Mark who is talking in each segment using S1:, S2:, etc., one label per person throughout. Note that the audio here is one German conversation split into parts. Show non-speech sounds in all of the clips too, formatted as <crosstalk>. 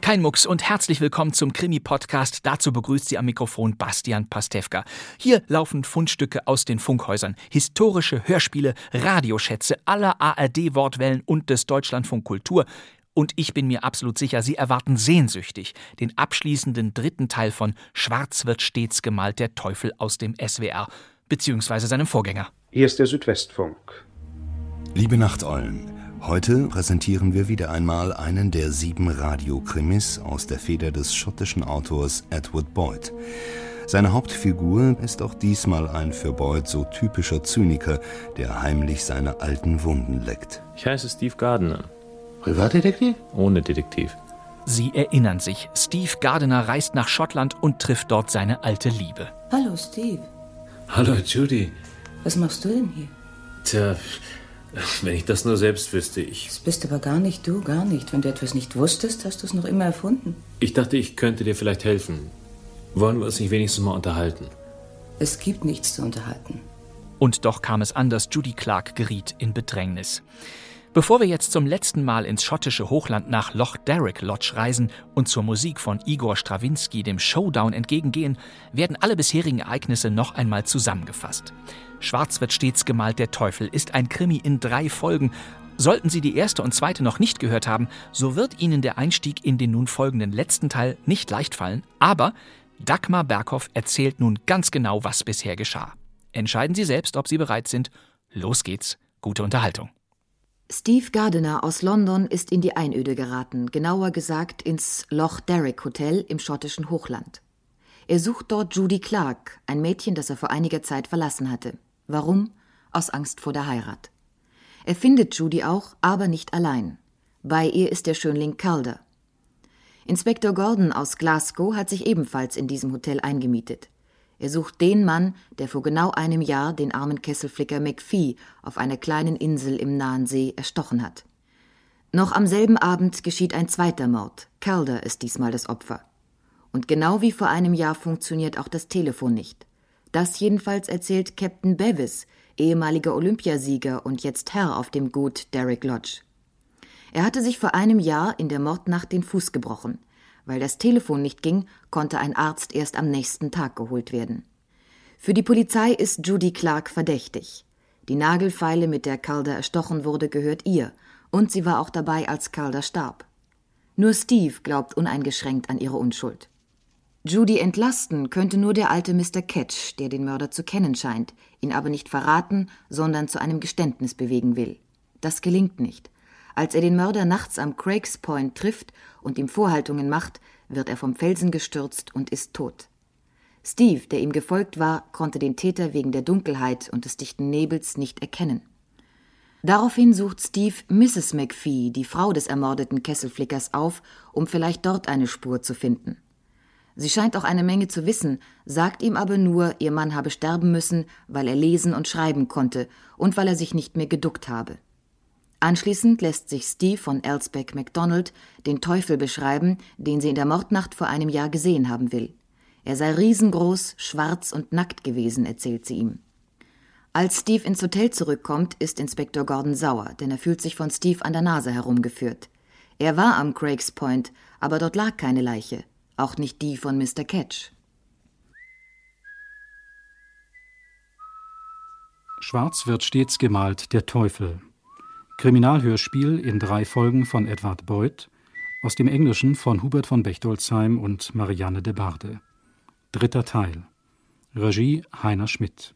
S1: Kein Mucks und herzlich willkommen zum Krimi-Podcast. Dazu begrüßt Sie am Mikrofon Bastian Pastewka. Hier laufen Fundstücke aus den Funkhäusern, historische Hörspiele, Radioschätze aller ARD-Wortwellen und des Deutschlandfunk Kultur. Und ich bin mir absolut sicher, Sie erwarten sehnsüchtig den abschließenden dritten Teil von Schwarz wird stets gemalt der Teufel aus dem SWR, beziehungsweise seinem Vorgänger.
S2: Hier ist der Südwestfunk.
S3: Liebe Nachteulen, heute präsentieren wir wieder einmal einen der sieben Radiokrimis aus der Feder des schottischen Autors Edward Boyd. Seine Hauptfigur ist auch diesmal ein für Boyd so typischer Zyniker, der heimlich seine alten Wunden leckt.
S4: Ich heiße Steve Gardner,
S5: Privatdetektiv?
S4: ohne Detektiv.
S1: Sie erinnern sich, Steve Gardiner reist nach Schottland und trifft dort seine alte Liebe.
S6: Hallo, Steve.
S7: Hallo, Äh, Judy.
S6: Was machst du denn hier?
S7: Tja, wenn ich das nur selbst wüsste. Ich,
S6: Das bist aber gar nicht du, gar nicht. Wenn du etwas nicht wusstest, hast du es noch immer erfunden.
S7: ich dachte, ich könnte dir vielleicht helfen. Wollen wir uns nicht wenigstens mal unterhalten?
S6: Es gibt nichts zu unterhalten.
S1: Und doch kam es anders, Judy Clark geriet in Bedrängnis. Bevor wir jetzt zum letzten Mal ins schottische Hochland nach Loch Derrick Lodge reisen und zur Musik von Igor Strawinski dem Showdown entgegengehen, werden alle bisherigen Ereignisse noch einmal zusammengefasst. Schwarz wird stets gemalt der Teufel ist ein Krimi in drei Folgen. Sollten Sie die erste und zweite noch nicht gehört haben, so wird Ihnen der Einstieg in den nun folgenden letzten Teil nicht leicht fallen, aber Dagmar Berghoff erzählt nun ganz genau, was bisher geschah. Entscheiden Sie selbst, ob Sie bereit sind. Los geht's. Gute Unterhaltung.
S8: Steve Gardiner aus London ist in die Einöde geraten, genauer gesagt ins Loch Derrick Hotel im schottischen Hochland. Er sucht dort Judy Clark, ein Mädchen, das er vor einiger Zeit verlassen hatte. Warum? Aus Angst vor der Heirat. Er findet Judy auch, aber nicht allein. Bei ihr ist der Schönling Calder. Inspektor Gordon aus Glasgow hat sich ebenfalls in diesem Hotel eingemietet. Er sucht den Mann, der vor genau einem Jahr den armen Kesselflicker McPhee auf einer kleinen Insel im nahen See erstochen hat. Noch am selben Abend geschieht ein zweiter Mord. Calder ist diesmal das Opfer. Und genau wie vor einem Jahr funktioniert auch das Telefon nicht. Das jedenfalls erzählt Captain Bevis, ehemaliger Olympiasieger und jetzt Herr auf dem Gut Derek Lodge. Er hatte sich vor einem Jahr in der Mordnacht den Fuß gebrochen. Weil das Telefon nicht ging, konnte ein Arzt erst am nächsten Tag geholt werden. Für die Polizei ist Judy Clark verdächtig. Die Nagelfeile, mit der Calder erstochen wurde, gehört ihr, und sie war auch dabei, als Calder starb. Nur Steve glaubt uneingeschränkt an ihre Unschuld. Judy entlasten könnte nur der alte Mr. Ketch, der den Mörder zu kennen scheint, ihn aber nicht verraten, sondern zu einem Geständnis bewegen will. Das gelingt nicht. Als er den Mörder nachts am Craig's Point trifft und ihm Vorhaltungen macht, wird er vom Felsen gestürzt und ist tot. Steve, der ihm gefolgt war, konnte den Täter wegen der Dunkelheit und des dichten Nebels nicht erkennen. Daraufhin sucht Steve Mrs. McPhee, die Frau des ermordeten Kesselflickers, auf, um vielleicht dort eine Spur zu finden. Sie scheint auch eine Menge zu wissen, sagt ihm aber nur, ihr Mann habe sterben müssen, weil er lesen und schreiben konnte und weil er sich nicht mehr geduckt habe. Anschließend lässt sich Steve von Elsbeck MacDonald den Teufel beschreiben, den sie in der Mordnacht vor einem Jahr gesehen haben will. Er sei riesengroß, schwarz und nackt gewesen, erzählt sie ihm. Als Steve ins Hotel zurückkommt, ist Inspektor Gordon sauer, denn er fühlt sich von Steve an der Nase herumgeführt. Er war am Craig's Point, aber dort lag keine Leiche, auch nicht die von Mr. Ketch.
S9: Schwarz wird stets gemalt der Teufel. Kriminalhörspiel in drei Folgen von Edward Beuth, aus dem Englischen von Hubert von Bechtolzheim und Marianne de Barde. Dritter Teil. Regie Heiner Schmidt.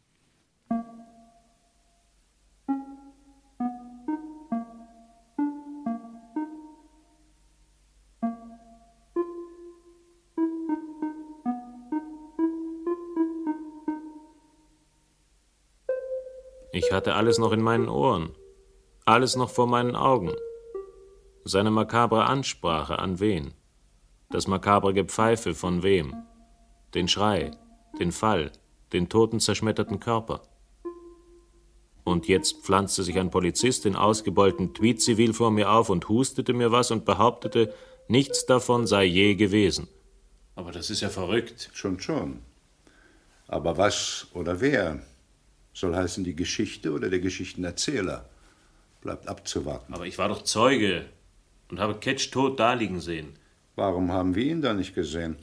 S7: Ich hatte alles noch in meinen Ohren, alles noch vor meinen Augen. Seine makabre Ansprache an wen? Das makabre Gepfeife von wem? Den Schrei, den Fall, den toten zerschmetterten Körper. Und jetzt pflanzte sich ein Polizist in ausgebeulten Tweedzivil vor mir auf und hustete mir was und behauptete, nichts davon sei je gewesen. Aber das ist ja verrückt.
S10: Schon, schon. Aber was oder wer soll heißen die Geschichte oder der Geschichtenerzähler? Bleibt abzuwarten.
S7: Aber ich war doch Zeuge und habe Ketch tot daliegen sehen.
S10: Warum haben wir ihn da nicht gesehen?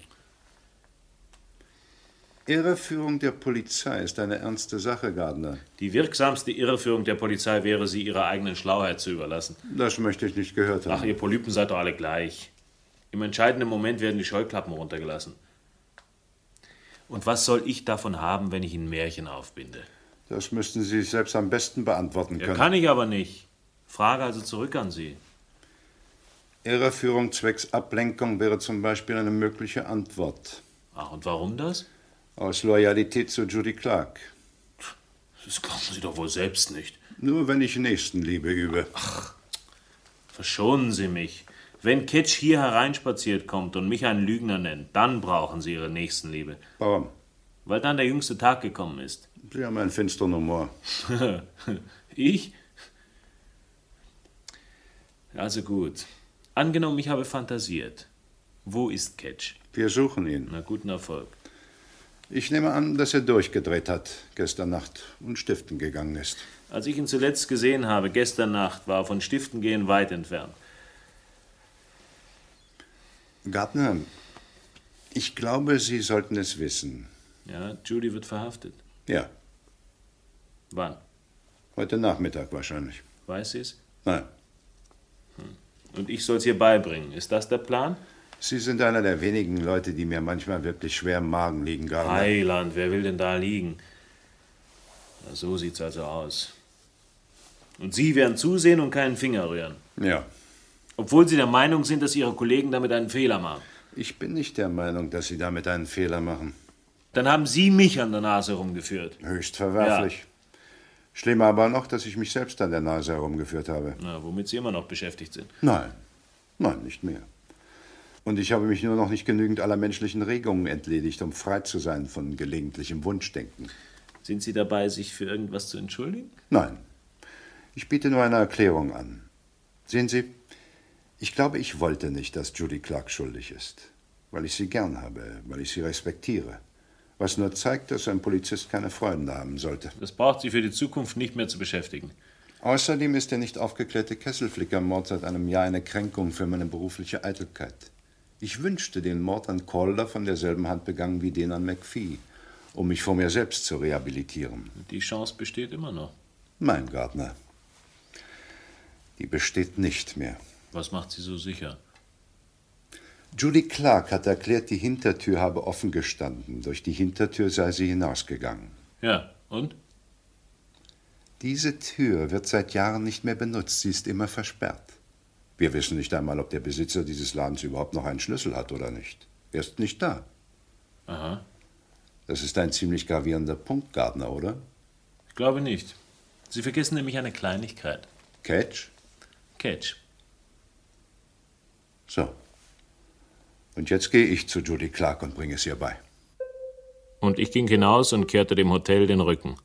S10: Irreführung der Polizei ist eine ernste Sache, Gardner.
S7: Die wirksamste Irreführung der Polizei wäre, sie ihrer eigenen Schlauheit zu überlassen.
S10: Das möchte ich nicht gehört haben.
S7: Ach, ihr Polypen seid doch alle gleich. Im entscheidenden Moment werden die Scheuklappen runtergelassen. Und was soll ich davon haben, wenn ich ein Märchen aufbinde?
S10: Das müssten Sie sich selbst am besten beantworten
S7: Ja,
S10: können.
S7: kann ich aber nicht. Frage also zurück an Sie.
S10: Irreführung zwecks Ablenkung wäre zum Beispiel eine mögliche Antwort.
S7: Ach, und warum das?
S10: Aus Loyalität zu Judy Clark.
S7: Das glauben Sie doch wohl selbst nicht.
S10: Nur wenn ich Nächstenliebe übe.
S7: Ach, verschonen Sie mich. Wenn Kitsch hier hereinspaziert kommt und mich einen Lügner nennt, dann brauchen Sie Ihre Nächstenliebe.
S10: Warum?
S7: Weil dann der jüngste Tag gekommen ist.
S10: Sie haben einen finsteren Humor.
S7: <laughs> ich? Also gut. Angenommen, ich habe fantasiert. Wo ist Ketch?
S10: Wir suchen ihn.
S7: Na, guten Erfolg.
S10: Ich nehme an, dass er durchgedreht hat gestern Nacht und stiften gegangen ist.
S7: Als ich ihn zuletzt gesehen habe, gestern Nacht, war er von Stiften gehen weit entfernt.
S10: Gardner, ich glaube, Sie sollten es wissen.
S7: Ja, Judy wird verhaftet.
S10: Ja,
S7: Wann?
S10: heute Nachmittag wahrscheinlich.
S7: Weiß sie es?
S10: Nein.
S7: Und ich soll's ihr beibringen. Ist das der Plan?
S10: Sie sind einer der wenigen Leute, die mir manchmal wirklich schwer im Magen liegen, Gardner.
S7: Heiland, wer will denn da liegen? Na, so sieht's also aus. Und Sie werden zusehen und keinen Finger rühren.
S10: Ja.
S7: Obwohl Sie der Meinung sind, dass Ihre Kollegen damit einen Fehler machen.
S10: Ich bin nicht der Meinung, dass Sie damit einen Fehler machen.
S7: Dann haben Sie mich an der Nase rumgeführt.
S10: Höchst verwerflich. Schlimmer aber noch, dass ich mich selbst an der Nase herumgeführt habe.
S7: Na, womit Sie immer noch beschäftigt sind.
S10: Nein, nein, nicht mehr. Und ich habe mich nur noch nicht genügend aller menschlichen Regungen entledigt, um frei zu sein von gelegentlichem Wunschdenken.
S7: Sind Sie dabei, sich für irgendwas zu entschuldigen?
S10: Nein, ich biete nur eine Erklärung an. Sehen Sie, ich glaube, ich wollte nicht, dass Judy Clark schuldig ist, weil ich sie gern habe, weil ich sie respektiere. Was nur zeigt, dass ein Polizist keine Freunde haben sollte.
S7: Das braucht Sie für die Zukunft nicht mehr zu beschäftigen.
S10: Außerdem ist der nicht aufgeklärte Kesselflicker-Mord seit einem Jahr eine Kränkung für meine berufliche Eitelkeit. Ich wünschte den Mord an Calder von derselben Hand begangen wie den an McPhee, um mich vor mir selbst zu rehabilitieren.
S7: Die Chance besteht immer noch.
S10: Mein Gärtner. Die besteht nicht mehr.
S7: Was macht Sie so sicher?
S10: Judy Clark hat erklärt, die Hintertür habe offen gestanden. Durch die Hintertür sei sie hinausgegangen.
S7: Ja, und?
S10: Diese Tür wird seit Jahren nicht mehr benutzt, sie ist immer versperrt. Wir wissen nicht einmal, ob der Besitzer dieses Ladens überhaupt noch einen Schlüssel hat oder nicht. Er ist nicht da.
S7: Aha.
S10: Das ist ein ziemlich gravierender Punkt, Gardner, oder?
S7: Ich glaube nicht. Sie vergessen nämlich eine Kleinigkeit.
S10: Catch?
S7: Catch.
S10: So. Und jetzt gehe ich zu Judy Clark und bringe es ihr bei.
S7: Und ich ging hinaus und kehrte dem Hotel den Rücken.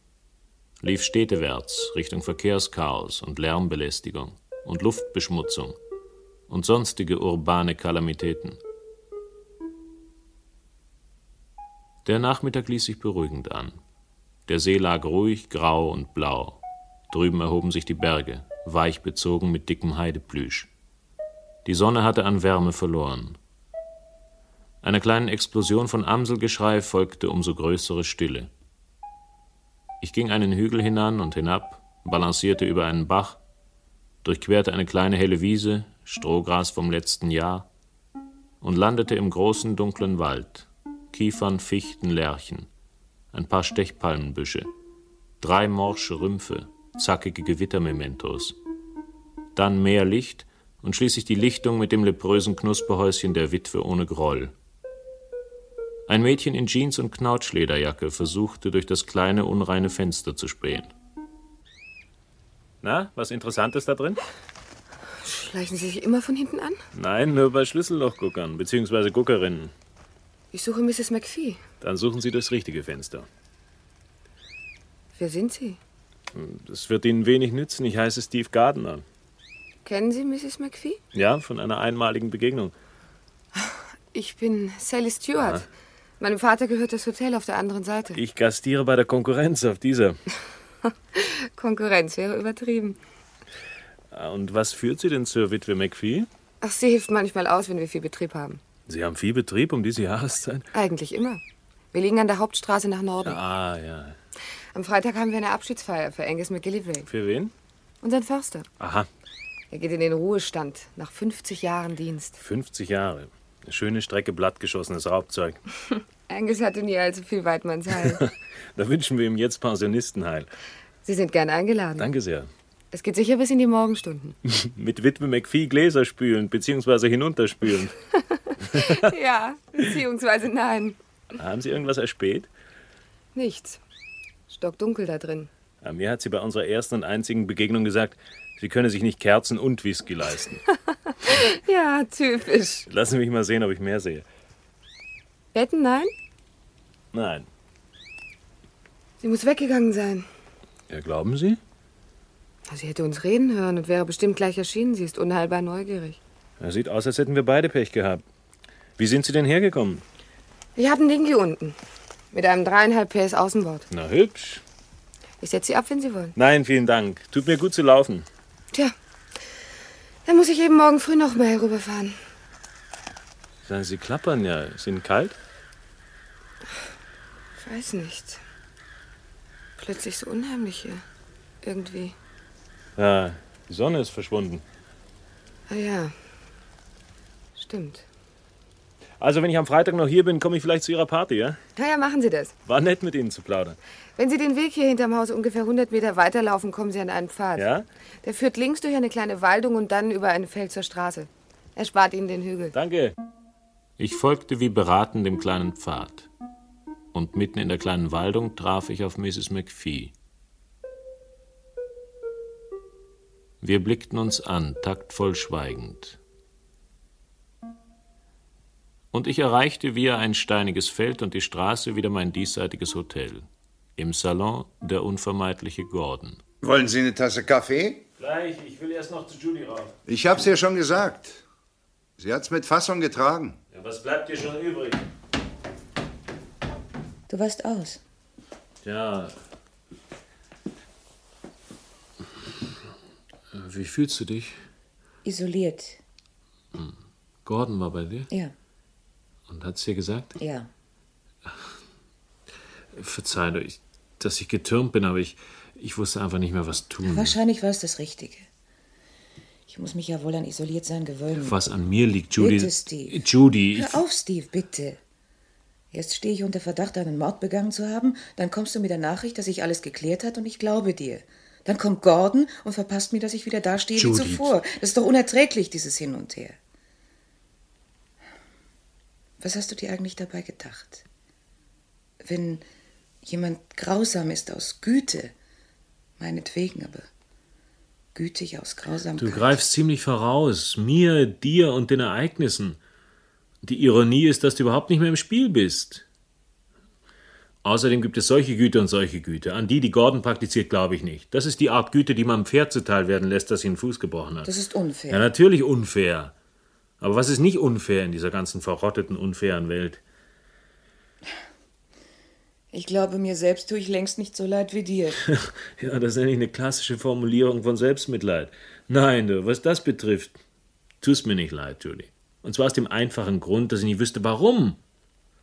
S7: Lief städtewärts, Richtung Verkehrschaos und Lärmbelästigung und Luftbeschmutzung und sonstige urbane Kalamitäten. Der Nachmittag ließ sich beruhigend an. Der See lag ruhig, grau und blau. Drüben erhoben sich die Berge, weich bezogen mit dickem Heideplüsch. Die Sonne hatte an Wärme verloren. Einer kleinen Explosion von Amselgeschrei folgte umso größere Stille. Ich ging einen Hügel hinan und hinab, balancierte über einen Bach, durchquerte eine kleine helle Wiese, Strohgras vom letzten Jahr, und landete im großen dunklen Wald, Kiefern, Fichten, Lärchen, ein paar Stechpalmenbüsche, drei morsche Rümpfe, zackige Gewittermementos, dann mehr Licht und schließlich die Lichtung mit dem leprösen Knusperhäuschen der Witwe ohne Groll. Ein Mädchen in Jeans und Knautschlederjacke versuchte, durch das kleine, unreine Fenster zu spähen. Na, was Interessantes da drin?
S11: Schleichen Sie sich immer von hinten an?
S7: Nein, nur bei Schlüssellochguckern, beziehungsweise Guckerinnen.
S11: Ich suche Mrs. McPhee.
S7: Dann suchen Sie das richtige Fenster.
S11: Wer sind Sie?
S7: Das wird Ihnen wenig nützen. Ich heiße Steve Gardner.
S11: Kennen Sie Mrs. McPhee?
S7: Ja, von einer einmaligen Begegnung.
S11: Ich bin Sally Stewart.
S7: Ah.
S11: Meinem Vater gehört das Hotel auf der anderen Seite.
S7: <laughs> Ich gastiere bei der Konkurrenz auf dieser.
S11: Konkurrenz wäre übertrieben.
S7: Ah, Und was führt Sie denn zur Witwe McPhee?
S11: Ach, sie hilft manchmal aus, wenn wir viel Betrieb haben.
S7: Sie haben viel Betrieb um diese Jahreszeit?
S11: Eigentlich immer. Wir liegen an der Hauptstraße nach Norden.
S7: Ah, ja.
S11: Am Freitag haben wir eine Abschiedsfeier für Angus McGillivray,
S7: Für wen?
S11: unseren Förster.
S7: Aha,
S11: Er geht in den Ruhestand nach 50 Jahren Dienst.
S7: 50 Jahre. Eine schöne Strecke blattgeschossenes Raubzeug.
S11: Angus hatte nie allzu viel Weidmanns Heil.
S7: Da wünschen wir ihm jetzt Pensionistenheil.
S11: Sie sind gern eingeladen.
S7: Danke sehr.
S11: Es geht sicher bis in die Morgenstunden.
S7: <laughs> Mit Witwe McPhee Gläser spülen, beziehungsweise hinunterspülen.
S11: ja, beziehungsweise nein.
S7: haben Sie irgendwas erspäht?
S11: Nichts. Stockdunkel da drin.
S7: Ah, Mir hat sie bei unserer ersten und einzigen Begegnung gesagt, sie könne sich nicht Kerzen und Whisky leisten.
S11: Ja, typisch.
S7: Lassen Sie mich mal sehen, ob ich mehr sehe.
S11: Betten, nein?
S7: Nein.
S11: Sie muss weggegangen sein.
S7: Ja, glauben Sie?
S11: Sie hätte uns reden hören und wäre bestimmt gleich erschienen. Sie ist unheilbar neugierig.
S7: Ja, sieht aus, als hätten wir beide Pech gehabt. Wie sind Sie denn hergekommen?
S11: Ich habe ein Ding hier unten. Mit einem dreieinhalb PS Außenbord.
S7: Na, hübsch.
S11: Ich setze sie ab, wenn Sie wollen.
S7: Nein, vielen Dank. Tut mir gut zu laufen.
S11: Tja, dann muss ich eben morgen früh noch mal herüberfahren.
S7: Sagen Sie klappern ja. Sind kalt?
S11: Ich weiß nicht. Plötzlich so unheimlich hier. Irgendwie.
S7: Ja, die Sonne ist verschwunden.
S11: Ah ja. Stimmt.
S7: Also, wenn ich am Freitag noch hier bin, komme ich vielleicht zu Ihrer Party, ja?
S11: Naja, machen Sie das.
S7: War nett, mit Ihnen zu plaudern.
S11: Wenn Sie den Weg hier hinterm Haus ungefähr 100 Meter weiterlaufen, kommen Sie an einen Pfad.
S7: Ja?
S11: Der führt links durch eine kleine Waldung und dann über ein Feld zur Straße. Er spart Ihnen den Hügel.
S7: Danke. Ich folgte wie beraten dem kleinen Pfad. Und mitten in der kleinen Waldung traf ich auf Mrs. McPhee. Wir blickten uns an, taktvoll schweigend. Und ich erreichte via ein steiniges Feld und die Straße wieder mein diesseitiges Hotel. Im Salon der unvermeidliche Gordon.
S10: Wollen Sie eine Tasse Kaffee?
S7: Gleich, ich will erst noch zu Judy rauf.
S10: Ich hab's ihr schon gesagt. Sie hat's mit Fassung getragen.
S7: Ja, was bleibt dir schon übrig?
S6: Du warst aus.
S7: Ja. Wie fühlst du dich?
S6: Isoliert.
S7: Gordon war bei dir
S6: Ja,
S7: und hat's dir gesagt?
S6: ja.
S7: Verzeih, du, ich, dass ich getürmt bin, aber ich, ich wusste einfach nicht mehr, was tun.
S6: Wahrscheinlich war es das Richtige. Ich muss mich ja wohl an isoliert sein gewöhnen.
S7: Was an mir liegt, Judy.
S6: Bitte, Steve.
S7: Judy, ich,
S6: Hör auf, Steve, bitte. Erst stehe ich unter Verdacht, einen Mord begangen zu haben, dann kommst du mit der Nachricht, dass sich alles geklärt hat und ich glaube dir. Dann kommt Gordon und verpasst mir, dass ich wieder da stehe wie
S7: Judith.
S6: zuvor. Das ist doch unerträglich, dieses Hin und Her. Was hast du dir eigentlich dabei gedacht? Wenn jemand grausam ist aus Güte, meinetwegen, aber gütig aus Grausamkeit.
S7: du greifst ziemlich voraus. Mir, dir und den Ereignissen. Die Ironie ist, dass du überhaupt nicht mehr im Spiel bist. Außerdem gibt es solche Güte und solche Güte. An die, die Gordon praktiziert, glaube ich nicht. Das ist die Art Güte, die man einem Pferd zuteil werden lässt, das ihn Fuß gebrochen hat.
S6: Das ist unfair.
S7: Ja, natürlich unfair. Aber was ist nicht unfair in dieser ganzen verrotteten, unfairen Welt?
S6: Ich glaube, mir selbst tue ich längst nicht so leid
S12: <laughs>
S6: wie dir.
S7: Ja, das nenne ich eine klassische Formulierung von Selbstmitleid. Nein, du, was das betrifft, tust mir nicht leid, Judy. Und zwar aus dem einfachen Grund, dass ich nicht wüsste, warum.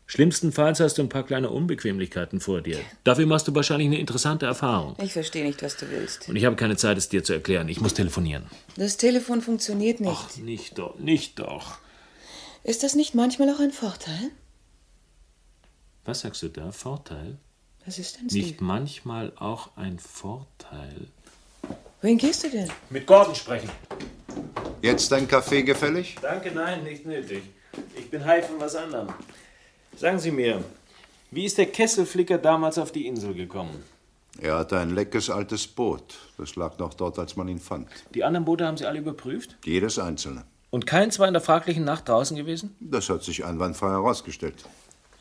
S7: Schlimmstenfalls hast du ein paar kleine Unbequemlichkeiten vor dir. Dafür machst du wahrscheinlich eine interessante Erfahrung.
S6: Ich verstehe nicht, was du willst.
S7: Und ich habe keine Zeit, es dir zu erklären. Ich muss telefonieren.
S6: Das Telefon funktioniert nicht.
S7: Nicht doch, nicht doch.
S6: Ist das nicht manchmal auch ein Vorteil?
S7: Was sagst du da? Vorteil?
S6: Was ist denn, Steve?
S7: Nicht manchmal auch ein Vorteil?
S6: Wohin gehst du denn?
S7: Mit Gordon sprechen.
S10: Jetzt ein Kaffee gefällig?
S7: Danke, nein, nicht nötig. Ich bin high von was anderem. Sagen Sie mir, wie ist der Kesselflicker damals auf die Insel gekommen?
S10: Er hatte ein leckes altes Boot. Das lag noch dort, als man ihn fand.
S7: Die anderen Boote haben Sie alle überprüft?
S10: Jedes einzelne.
S7: Und keins war in der fraglichen Nacht draußen gewesen?
S10: Das hat sich einwandfrei herausgestellt.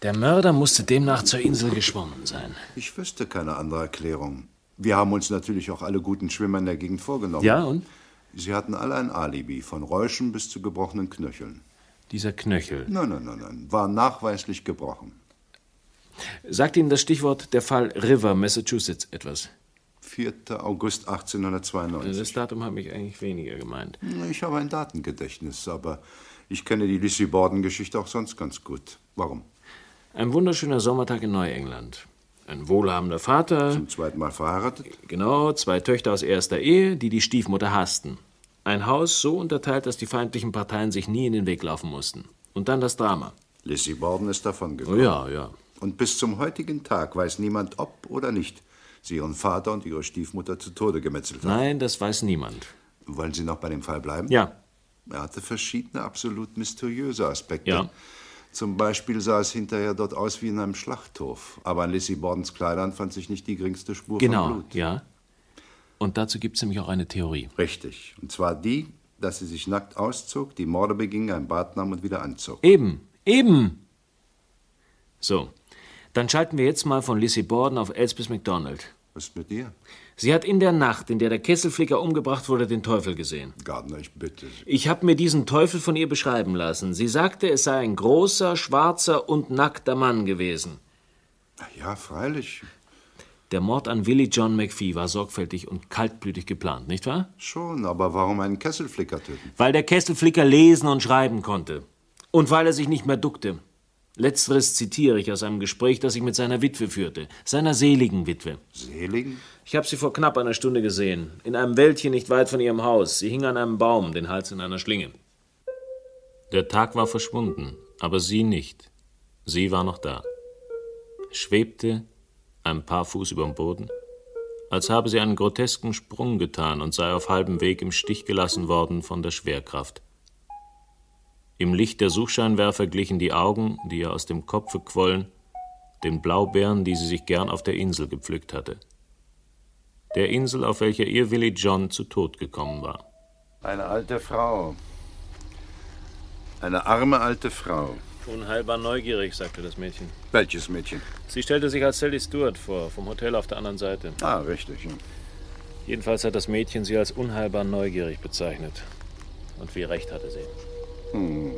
S7: Der Mörder musste demnach zur Insel geschwommen sein.
S10: Ich wüsste keine andere Erklärung. Wir haben uns natürlich auch alle guten Schwimmer in der Gegend vorgenommen.
S7: Ja, und?
S10: Sie hatten alle ein Alibi, von Räuschen bis zu gebrochenen Knöcheln.
S7: Dieser Knöchel.
S10: Nein, nein, nein, nein, war nachweislich gebrochen.
S7: Sagt Ihnen das Stichwort der Fall River, Massachusetts etwas?
S10: 4. August 1892.
S7: Das Datum hat mich eigentlich weniger gemeint.
S10: Ich habe ein Datengedächtnis, aber ich kenne die Lissy Borden-Geschichte auch sonst ganz gut. Warum?
S7: Ein wunderschöner Sommertag in Neuengland. Ein wohlhabender Vater. Zum
S10: zweiten Mal verheiratet.
S7: Genau, zwei Töchter aus erster Ehe, die die Stiefmutter hassten. Ein Haus so unterteilt, dass die feindlichen Parteien sich nie in den Weg laufen mussten. Und dann das Drama.
S10: Lissy Borden ist davongekommen.
S7: Oh ja, ja.
S10: Und bis zum heutigen Tag weiß niemand, ob oder nicht sie ihren Vater und ihre Stiefmutter zu Tode gemetzelt hat.
S7: Nein, das weiß niemand.
S10: Wollen Sie noch bei dem Fall bleiben?
S7: Ja.
S10: Er hatte verschiedene absolut mysteriöse Aspekte.
S7: Ja.
S10: Zum Beispiel sah es hinterher dort aus wie in einem Schlachthof. Aber an Lissy Bordens Kleidern fand sich nicht die geringste Spur
S7: genau,
S10: von Blut.
S7: ja. Und dazu gibt es nämlich auch eine Theorie.
S10: Richtig. Und zwar die, dass sie sich nackt auszog, die Morde beging, ein Bad nahm und wieder anzog.
S7: Eben, eben. So, dann schalten wir jetzt mal von Lissy Borden auf Elspeth MacDonald.
S10: Was ist mit dir?
S7: Sie hat in der Nacht, in der der Kesselflicker umgebracht wurde, den Teufel gesehen.
S10: Gardner, ich bitte Sie.
S7: Ich habe mir diesen Teufel von ihr beschreiben lassen. Sie sagte, es sei ein großer, schwarzer und nackter Mann gewesen.
S10: Ja, freilich.
S7: Der Mord an Willie John McPhee war sorgfältig und kaltblütig geplant, nicht wahr?
S10: Schon, aber warum einen Kesselflicker töten?
S7: Weil der Kesselflicker lesen und schreiben konnte. Und weil er sich nicht mehr duckte. Letzteres zitiere ich aus einem Gespräch, das ich mit seiner Witwe führte, seiner seligen Witwe.
S10: Seligen?
S7: Ich habe sie vor knapp einer Stunde gesehen, in einem Wäldchen nicht weit von ihrem Haus. Sie hing an einem Baum, den Hals in einer Schlinge. Der Tag war verschwunden, aber sie nicht. Sie war noch da. Schwebte ein paar Fuß über dem Boden, als habe sie einen grotesken Sprung getan und sei auf halbem Weg im Stich gelassen worden von der Schwerkraft. Im Licht der Suchscheinwerfer glichen die Augen, die ihr aus dem Kopfe quollen, den Blaubeeren, die sie sich gern auf der Insel gepflückt hatte. Der Insel, auf welcher ihr Willie John zu Tod gekommen war.
S10: Eine alte Frau. Eine arme alte Frau.
S7: Unheilbar neugierig, sagte das Mädchen.
S10: Welches Mädchen?
S7: Sie stellte sich als Sally Stewart vor, vom Hotel auf der anderen Seite.
S10: Ah, richtig. Ja.
S7: Jedenfalls hat das Mädchen sie als unheilbar neugierig bezeichnet. Und wie recht hatte sie.
S10: Hm.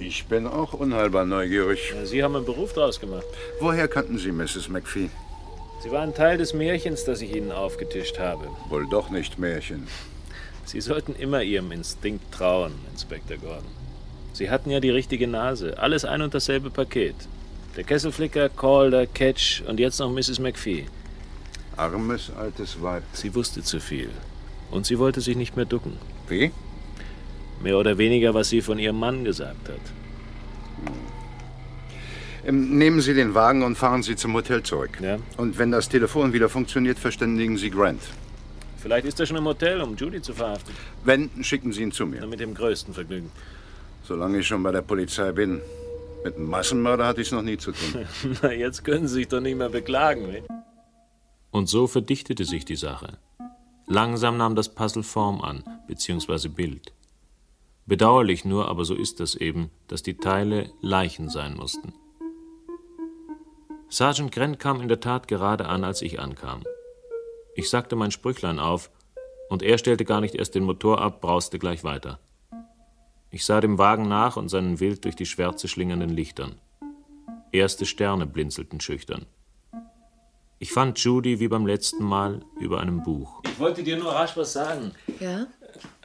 S10: Ich bin auch unheilbar neugierig.
S7: Sie haben einen Beruf draus gemacht.
S10: Woher kannten Sie Mrs. McPhee?
S7: Sie war ein Teil des Märchens, das ich Ihnen aufgetischt habe.
S10: Wohl doch nicht Märchen.
S7: Sie sollten immer Ihrem Instinkt trauen, Inspektor Gordon. Sie hatten ja die richtige Nase. Alles ein und dasselbe Paket. Der Kesselflicker, Calder, Catch und jetzt noch Mrs. McPhee.
S10: Armes altes Weib.
S7: Sie wusste zu viel. Und sie wollte sich nicht mehr ducken.
S10: Wie?
S7: Mehr oder weniger, was sie von ihrem Mann gesagt hat.
S10: Ähm, nehmen Sie den Wagen und fahren Sie zum Hotel zurück.
S7: Ja.
S10: Und wenn das Telefon wieder funktioniert, verständigen Sie Grant.
S7: Vielleicht ist er schon im Hotel, um Judy zu verhaften.
S10: Wenn, schicken Sie ihn zu mir.
S7: Nur mit dem größten Vergnügen.
S10: Solange ich schon bei der Polizei bin. Mit einem Massenmörder hatte ich es noch nie zu tun.
S7: <laughs> Na, jetzt können Sie sich doch nicht mehr beklagen. ne? Und so verdichtete sich die Sache. Langsam nahm das Puzzle Form an, beziehungsweise Bild. Bedauerlich nur, aber so ist das eben, dass die Teile Leichen sein mussten. Sergeant Grant kam in der Tat gerade an, als ich ankam. Ich sagte mein Sprüchlein auf, und er stellte gar nicht erst den Motor ab, brauste gleich weiter. Ich sah dem Wagen nach und seinen wild durch die Schwärze schlingernden Lichtern. Erste Sterne blinzelten schüchtern. Ich fand Judy wie beim letzten Mal über einem Buch. Ich wollte dir nur rasch was sagen.
S6: Ja,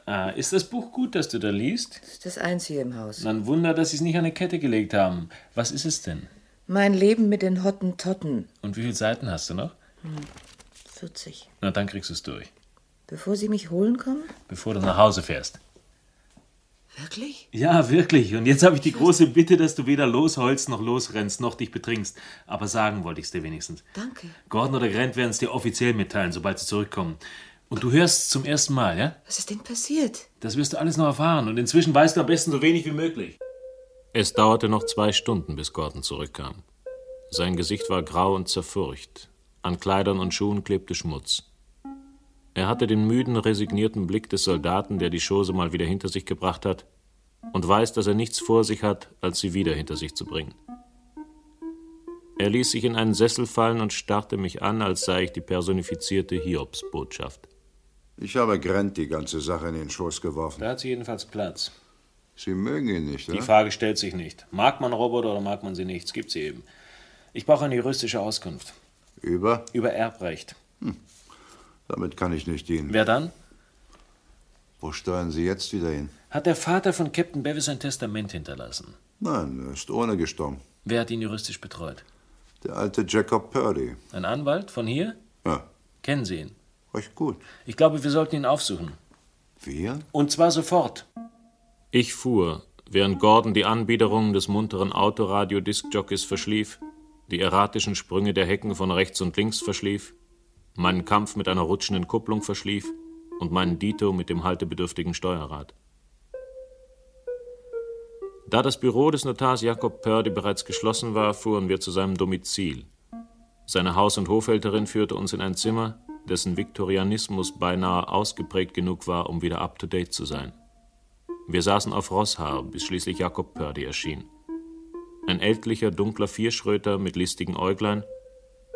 S7: Ah, ist das Buch gut, das du da liest?
S6: das ist das Einzige im Haus.
S7: Dann Wunder, dass sie es nicht an eine Kette gelegt haben. Was ist es denn?
S6: Mein Leben mit den Hottentotten.
S7: Und wie viele Seiten hast du noch?
S6: Hm, 40.
S7: Na, dann kriegst du es durch,
S6: Bevor Sie mich holen kommen?
S7: bevor du nach Hause fährst.
S6: Wirklich?
S7: Ja, wirklich. Und jetzt habe ich die große Bitte, dass du weder losholst noch losrennst, noch dich betrinkst. Aber sagen wollte ich es dir wenigstens.
S6: Danke.
S7: Gordon oder Grant werden es dir offiziell mitteilen, sobald sie zurückkommen. Und du hörst es zum ersten Mal, ja?
S6: Was ist denn passiert?
S7: Das wirst du alles noch erfahren und inzwischen weißt du am besten so wenig wie möglich. Es dauerte noch zwei Stunden, bis Gordon zurückkam. Sein Gesicht war grau und zerfurcht, An Kleidern und Schuhen klebte Schmutz. Er hatte den müden, resignierten Blick des Soldaten, der die Chose mal wieder hinter sich gebracht hat, und weiß, dass er nichts vor sich hat, als sie wieder hinter sich zu bringen. Er ließ sich in einen Sessel fallen und starrte mich an, als sei ich die personifizierte Hiobsbotschaft.
S10: Ich habe Grant die ganze Sache in den Schoß geworfen.
S7: Da hat sie jedenfalls Platz.
S10: Sie mögen ihn nicht,
S7: Die
S10: oder?
S7: Frage stellt sich nicht. Mag man Roboter oder mag man sie nicht? Es gibt sie eben. Ich brauche eine juristische Auskunft.
S10: Über?
S7: Über Erbrecht.
S10: Damit kann ich nicht dienen.
S7: Wer dann?
S10: Wo steuern Sie jetzt wieder hin?
S7: Hat der Vater von Captain Bevis ein Testament hinterlassen?
S10: Nein, er ist ohne gestorben.
S7: Wer hat ihn juristisch betreut?
S10: Der alte Jacob Purdy.
S7: Ein Anwalt von hier?
S10: Ja.
S7: Kennen Sie ihn?
S10: Recht gut.
S7: Ich glaube, wir sollten ihn aufsuchen.
S10: Wir?
S7: Und zwar sofort. Ich fuhr, während Gordon die Anbiederungen des munteren Autoradio-Diskjockeys verschlief, die erratischen Sprünge der Hecken von rechts und links verschlief, meinen Kampf mit einer rutschenden Kupplung verschlief und meinen Dito mit dem haltebedürftigen Steuerrad. Da das Büro des Notars Jakob Pördy bereits geschlossen war, fuhren wir zu seinem Domizil. Seine Haus- und Hofhälterin führte uns in ein Zimmer, dessen Viktorianismus beinahe ausgeprägt genug war, um wieder up-to-date zu sein. Wir saßen auf Rosshaar, bis schließlich Jakob Pördy erschien. Ein ältlicher, dunkler Vierschröter mit listigen Äuglein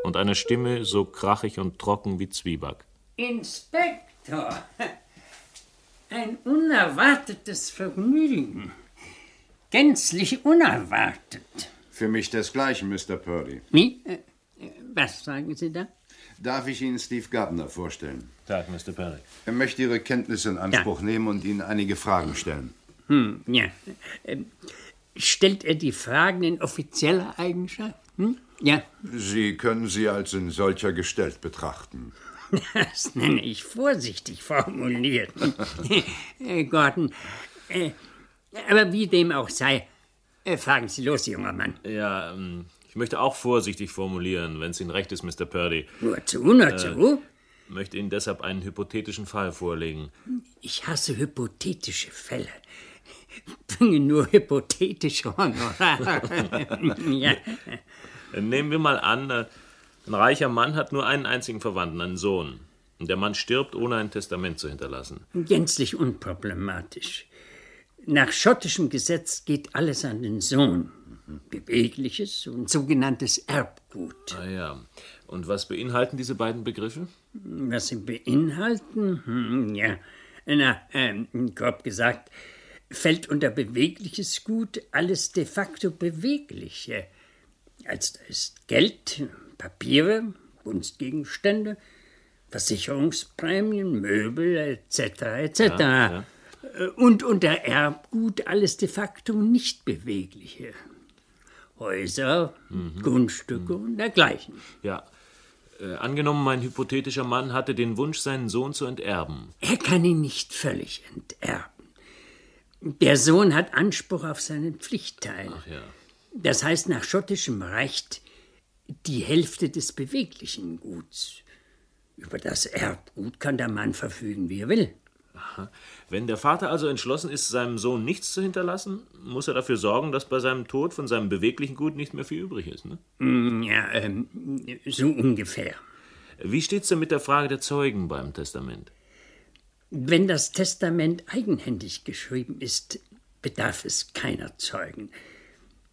S7: und einer Stimme so krachig und trocken wie Zwieback.
S13: Inspektor! <laughs> Ein unerwartetes Vergnügen. Gänzlich unerwartet.
S10: Für mich desgleichen, Mr. Purdy.
S13: Wie? Äh, Was sagen Sie da?
S10: Darf ich Ihnen Steve Gardner vorstellen?
S7: Tag, Mr. Perry.
S10: Er möchte Ihre Kenntnisse in Anspruch nehmen und Ihnen einige Fragen stellen.
S13: Hm, ja. Ähm, stellt er die Fragen in offizieller Eigenschaft? Hm? Ja.
S10: Sie können sie als in solcher gestellt betrachten.
S13: <laughs> Das nenne ich vorsichtig <laughs> formuliert. Äh, Gordon, äh, aber wie dem auch sei, äh, fragen Sie los, junger Mann.
S7: Ja, ähm, ich möchte auch vorsichtig formulieren, wenn es Ihnen recht ist, Mr. Purdy.
S13: Nur zu, nur zu.
S7: Möchte Ihnen deshalb einen hypothetischen Fall vorlegen.
S13: Ich hasse hypothetische Fälle. Bringe nur hypothetische Honorare. ja.
S7: Äh, Nehmen wir mal an, äh, ein reicher Mann hat nur einen einzigen Verwandten, einen Sohn. Und der Mann stirbt, ohne ein Testament zu hinterlassen.
S13: Gänzlich unproblematisch. Nach schottischem Gesetz geht alles an den Sohn. Bewegliches und sogenanntes Erbgut.
S7: Ah ja. Und was beinhalten diese beiden Begriffe?
S13: Was sie beinhalten? Hm, ja. Na, ähm, grob gesagt, fällt unter bewegliches Gut alles de facto Bewegliche. Als da ist Geld, Papiere, Kunstgegenstände, Versicherungsprämien, Möbel etc. etc.
S7: Ja,
S13: Äh, Und unter Erbgut alles de facto nicht Bewegliche. Häuser,
S7: Mhm.
S13: Grundstücke und dergleichen.
S7: Ja. Äh, angenommen, mein hypothetischer Mann hatte den Wunsch, seinen Sohn zu enterben.
S13: Er kann ihn nicht völlig enterben. Der Sohn hat Anspruch auf seinen Pflichtteil.
S7: Ach ja.
S13: Das heißt nach schottischem Recht die Hälfte des beweglichen Guts. Über das Erbgut kann der Mann verfügen, wie er will.
S7: Aha. Wenn der Vater also entschlossen ist, seinem Sohn nichts zu hinterlassen, muss er dafür sorgen, dass bei seinem Tod von seinem beweglichen Gut nicht mehr viel übrig ist. Ne?
S13: Hm, Ja, ähm, so ungefähr.
S7: Wie steht's denn mit der Frage der Zeugen beim Testament?
S13: Wenn das Testament eigenhändig geschrieben ist, bedarf es keiner Zeugen.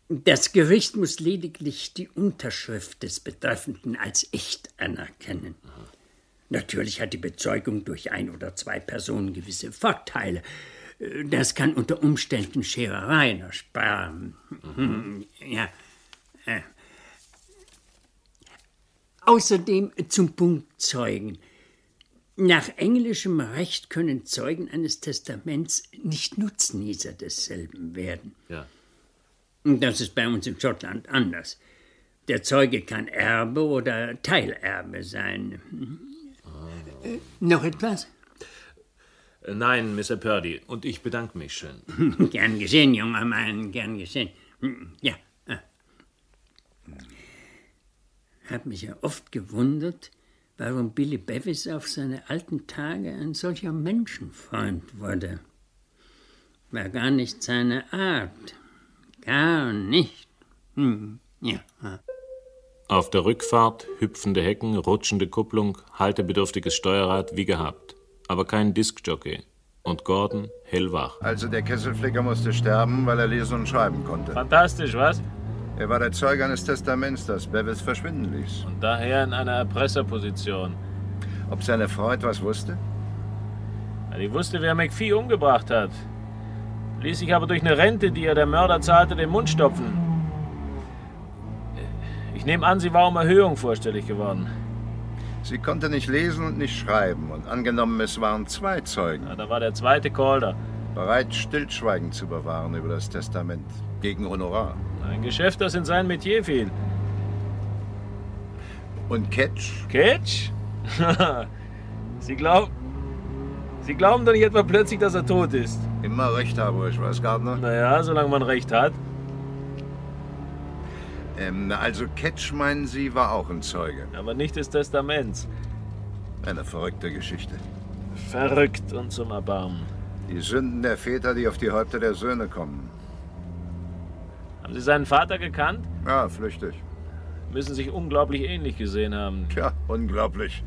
S13: Das Gericht muss lediglich die Unterschrift des Betreffenden als echt anerkennen. Natürlich hat die Bezeugung durch ein oder zwei Personen gewisse Vorteile. Das kann unter Umständen Scherereien ersparen.
S14: Mhm.
S13: Ja. Äh. Außerdem zum Punkt Zeugen. Nach englischem Recht können Zeugen eines Testaments nicht Nutznießer desselben werden.
S7: Ja.
S13: Und das ist bei uns in Schottland anders. Der Zeuge kann Erbe oder Teilerbe sein. Mhm. Äh, Noch etwas?
S7: Äh, Nein, Mr. Purdy, und ich bedanke mich schön.
S13: gern geschehen, junger Mann, gern geschehen. Hm, Ja. ah. Hab mich ja oft gewundert, warum Billy Bevis auf seine alten Tage ein solcher Menschenfreund wurde. War gar nicht seine Art. Gar nicht. Hm, Ja. ah.
S7: Auf der Rückfahrt hüpfende Hecken, rutschende Kupplung, haltebedürftiges Steuerrad wie gehabt, aber kein Diskjockey. Und Gordon hellwach.
S10: Also der Kesselflicker musste sterben, weil er lesen und schreiben konnte.
S15: Fantastisch, was?
S10: Er war der Zeuge eines Testaments, das Bevis verschwinden ließ.
S15: Und daher in einer Erpresserposition.
S10: Ob seine Frau etwas wusste?
S15: Ja, Die wusste, wer McPhee umgebracht hat. Ließ sich aber durch eine Rente, die ihr der Mörder zahlte, den Mund stopfen. Ich nehme an, sie war um Erhöhung vorstellig geworden.
S10: Sie konnte nicht lesen und nicht schreiben. Und angenommen, es waren zwei Zeugen.
S15: da war der zweite Calder.
S10: Bereit, Stillschweigen zu bewahren über das Testament. Gegen Honorar.
S15: Ein Geschäft, das in sein Metier fiel.
S10: Und Ketch?
S15: Ketch? <laughs> sie glauben. Sie glauben doch nicht etwa plötzlich, dass er tot ist.
S10: Immer recht habe ich, was, Gardner?
S15: Naja, solange man recht hat.
S10: Ähm, also Ketch, meinen Sie, war auch ein Zeuge.
S15: Aber nicht des Testaments.
S10: Eine verrückte Geschichte.
S15: Verrückt und zum Erbarmen.
S10: Die Sünden der Väter, die auf die Häupter der Söhne kommen.
S15: Haben Sie seinen Vater gekannt?
S10: Ja, Ah, flüchtig.
S15: Müssen sich unglaublich ähnlich gesehen haben.
S10: Tja, unglaublich.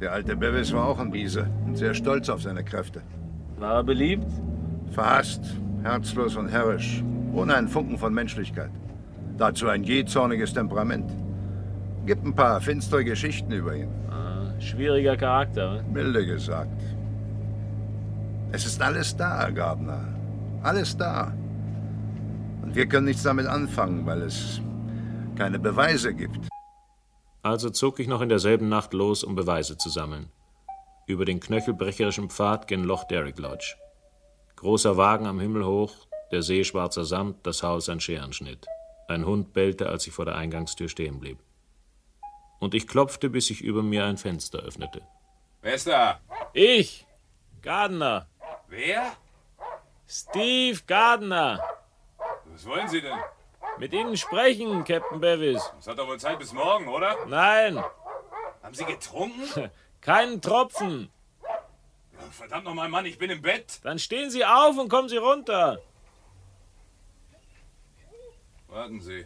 S10: Der alte Bevis war auch ein Wiese und sehr stolz auf seine Kräfte.
S15: War er beliebt?
S10: Verhasst, herzlos und herrisch, ohne einen Funken von Menschlichkeit. Dazu ein je zorniges Temperament. Gibt ein paar finstere Geschichten über ihn.
S15: Ah, Schwieriger Charakter.
S10: Milde gesagt. Es ist alles da, Gardner. Alles da. Und wir können nichts damit anfangen, weil es keine Beweise gibt.
S7: Also zog ich noch in derselben Nacht los, um Beweise zu sammeln. Über den knöchelbrecherischen Pfad gen Loch Derrick Lodge. Großer Wagen am Himmel hoch, der See schwarzer Samt, das Haus ein Scherenschnitt. Ein Hund bellte, als ich vor der Eingangstür stehen blieb. Und ich klopfte, bis sich über mir ein Fenster öffnete.
S16: Wer ist da?
S15: Ich! Gardner!
S16: Wer?
S15: Steve Gardner!
S16: Was wollen Sie denn?
S15: Mit Ihnen sprechen, Captain Bevis.
S16: Es hat doch wohl Zeit bis morgen, oder?
S15: Nein,
S16: Haben Sie getrunken?
S15: <laughs> keinen Tropfen.
S16: Verdammt nochmal, Mann, ich bin im Bett.
S15: Dann stehen Sie auf und kommen Sie runter.
S16: Warten Sie.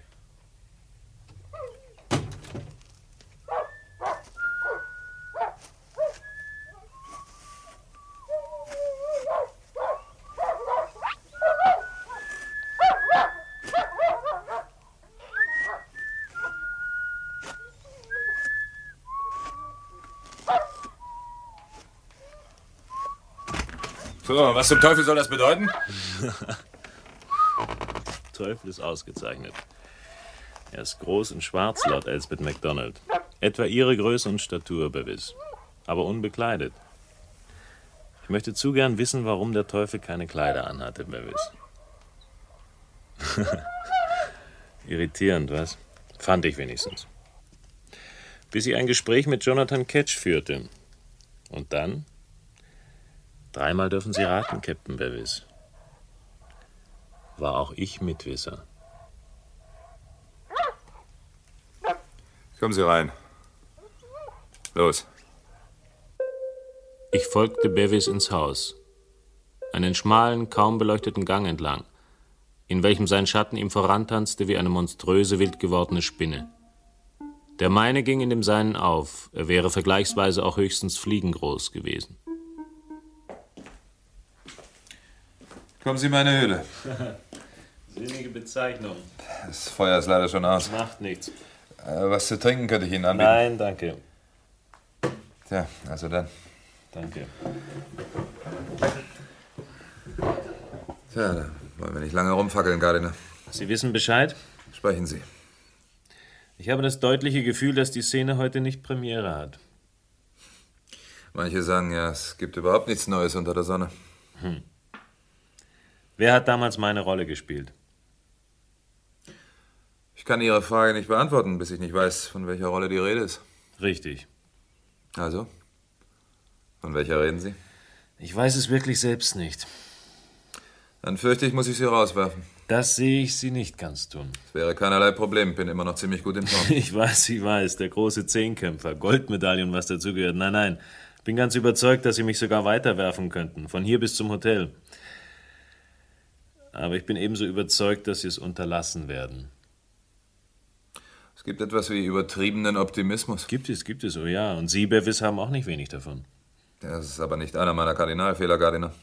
S16: So, was zum Teufel soll das bedeuten?
S7: Teufel ist ausgezeichnet. Er ist groß und schwarz, laut Elspeth MacDonald. Etwa ihre Größe und Statur, Bevis. Aber unbekleidet. Ich möchte zu gern wissen, warum der Teufel keine Kleider anhatte, Bevis. <laughs> Irritierend, was? Fand ich wenigstens. Bis ich ein Gespräch mit Jonathan Ketch führte. Und dann? Dreimal dürfen Sie raten, Captain Bevis. War auch ich Mitwisser.
S16: Kommen Sie rein. Los.
S7: Ich folgte Bevis ins Haus. Einen schmalen, kaum beleuchteten Gang entlang, in welchem sein Schatten ihm vorantanzte wie eine monströse, wild gewordene Spinne. Der meine ging in dem seinen auf, er wäre vergleichsweise auch höchstens fliegengroß gewesen.
S16: Kommen Sie in meine Höhle.
S7: <laughs> Sinnige Bezeichnung.
S16: Das Feuer ist leider schon aus.
S7: Macht nichts.
S16: Äh, was zu trinken könnte ich Ihnen anbieten.
S7: Nein, danke.
S16: Tja, also dann.
S7: Danke.
S16: Tja, da wollen wir nicht lange rumfackeln, Gardiner.
S7: Sie wissen Bescheid?
S16: Sprechen Sie.
S7: Ich habe das deutliche Gefühl, dass die Szene heute nicht Premiere hat.
S16: Manche sagen ja, es gibt überhaupt nichts Neues unter der Sonne.
S7: Hm. Wer hat damals meine Rolle gespielt?
S16: Ich kann Ihre Frage nicht beantworten, bis ich nicht weiß, von welcher Rolle die Rede ist.
S7: Richtig.
S16: Also? Von welcher reden Sie?
S7: Ich weiß es wirklich selbst nicht.
S16: Dann fürchte ich, muss ich Sie rauswerfen.
S7: Das sehe ich Sie nicht ganz tun.
S16: Es wäre keinerlei Problem, bin immer noch ziemlich gut in
S7: <laughs>
S16: Form.
S7: Ich weiß, ich weiß, der große Zehnkämpfer, Goldmedaille und was dazugehört. Nein, nein, bin ganz überzeugt, dass Sie mich sogar weiterwerfen könnten, von hier bis zum Hotel. Aber ich bin ebenso überzeugt, dass Sie es unterlassen werden.
S16: Es Es gibt etwas wie übertriebenen Optimismus.
S7: Gibt es, gibt es, oh ja. Und Sie, Bevis, haben auch nicht wenig davon.
S16: Das ist aber nicht einer meiner Kardinalfehler,
S7: <laughs>
S16: Gardiner.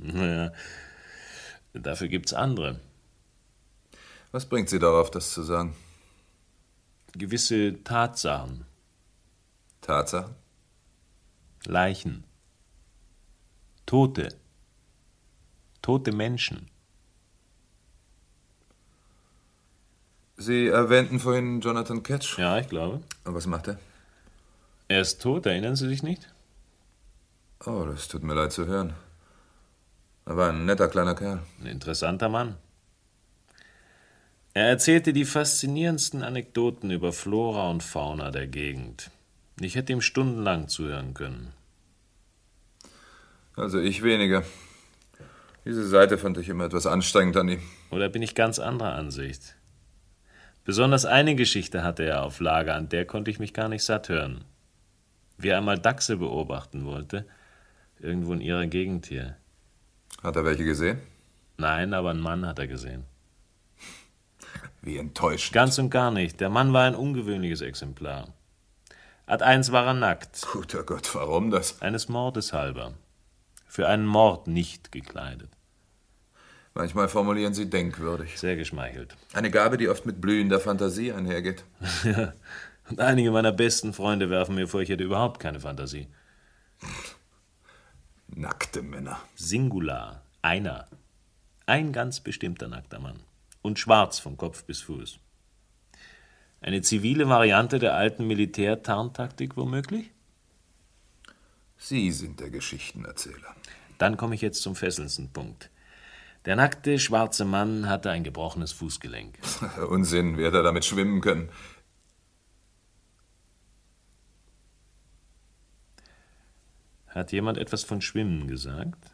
S7: naja, dafür gibt's andere.
S16: Was bringt Sie darauf, das zu sagen?
S7: Gewisse Tatsachen.
S16: Tatsachen?
S7: Leichen. Tote. Tote Menschen.
S16: Sie erwähnten vorhin Jonathan Ketch.
S7: Ja, ich glaube.
S16: Und was macht er?
S7: Er ist tot, erinnern Sie sich nicht?
S16: Oh, das tut mir leid zu hören. Er war ein netter kleiner Kerl.
S7: Ein interessanter Mann. Er erzählte die faszinierendsten Anekdoten über Flora und Fauna der Gegend. Ich hätte ihm stundenlang zuhören können.
S16: Also ich weniger. Diese Seite fand ich immer etwas anstrengend an ihm.
S7: Oder bin ich ganz anderer Ansicht? Besonders eine Geschichte hatte er auf Lager, an der konnte ich mich gar nicht satt hören. Wie er einmal Dachse beobachten wollte, irgendwo in ihrer Gegend hier.
S16: Hat er welche gesehen?
S7: Nein, aber einen Mann hat er gesehen.
S16: Wie enttäuscht.
S7: Ganz und gar nicht. Der Mann war ein ungewöhnliches Exemplar. Ad eins war er nackt.
S16: Guter Gott, warum das?
S7: Eines Mordes halber. Für einen Mord nicht gekleidet.
S16: Manchmal formulieren sie denkwürdig.
S7: Sehr geschmeichelt.
S16: Eine Gabe, die oft mit blühender Fantasie einhergeht.
S7: <laughs> und einige meiner besten Freunde werfen mir vor, ich hätte überhaupt keine Fantasie.
S16: Nackte Männer.
S7: Singular. Einer. Ein ganz bestimmter nackter Mann. Und schwarz von Kopf bis Fuß. Eine zivile Variante der alten Militärtarntaktik womöglich?
S16: Sie sind der Geschichtenerzähler.
S7: Dann komme ich jetzt zum fesselndsten Punkt. Der nackte, schwarze Mann hatte ein gebrochenes
S16: <laughs>
S7: Fußgelenk.
S16: Unsinn, wie hätte er damit schwimmen können?
S7: Hat jemand etwas von Schwimmen gesagt?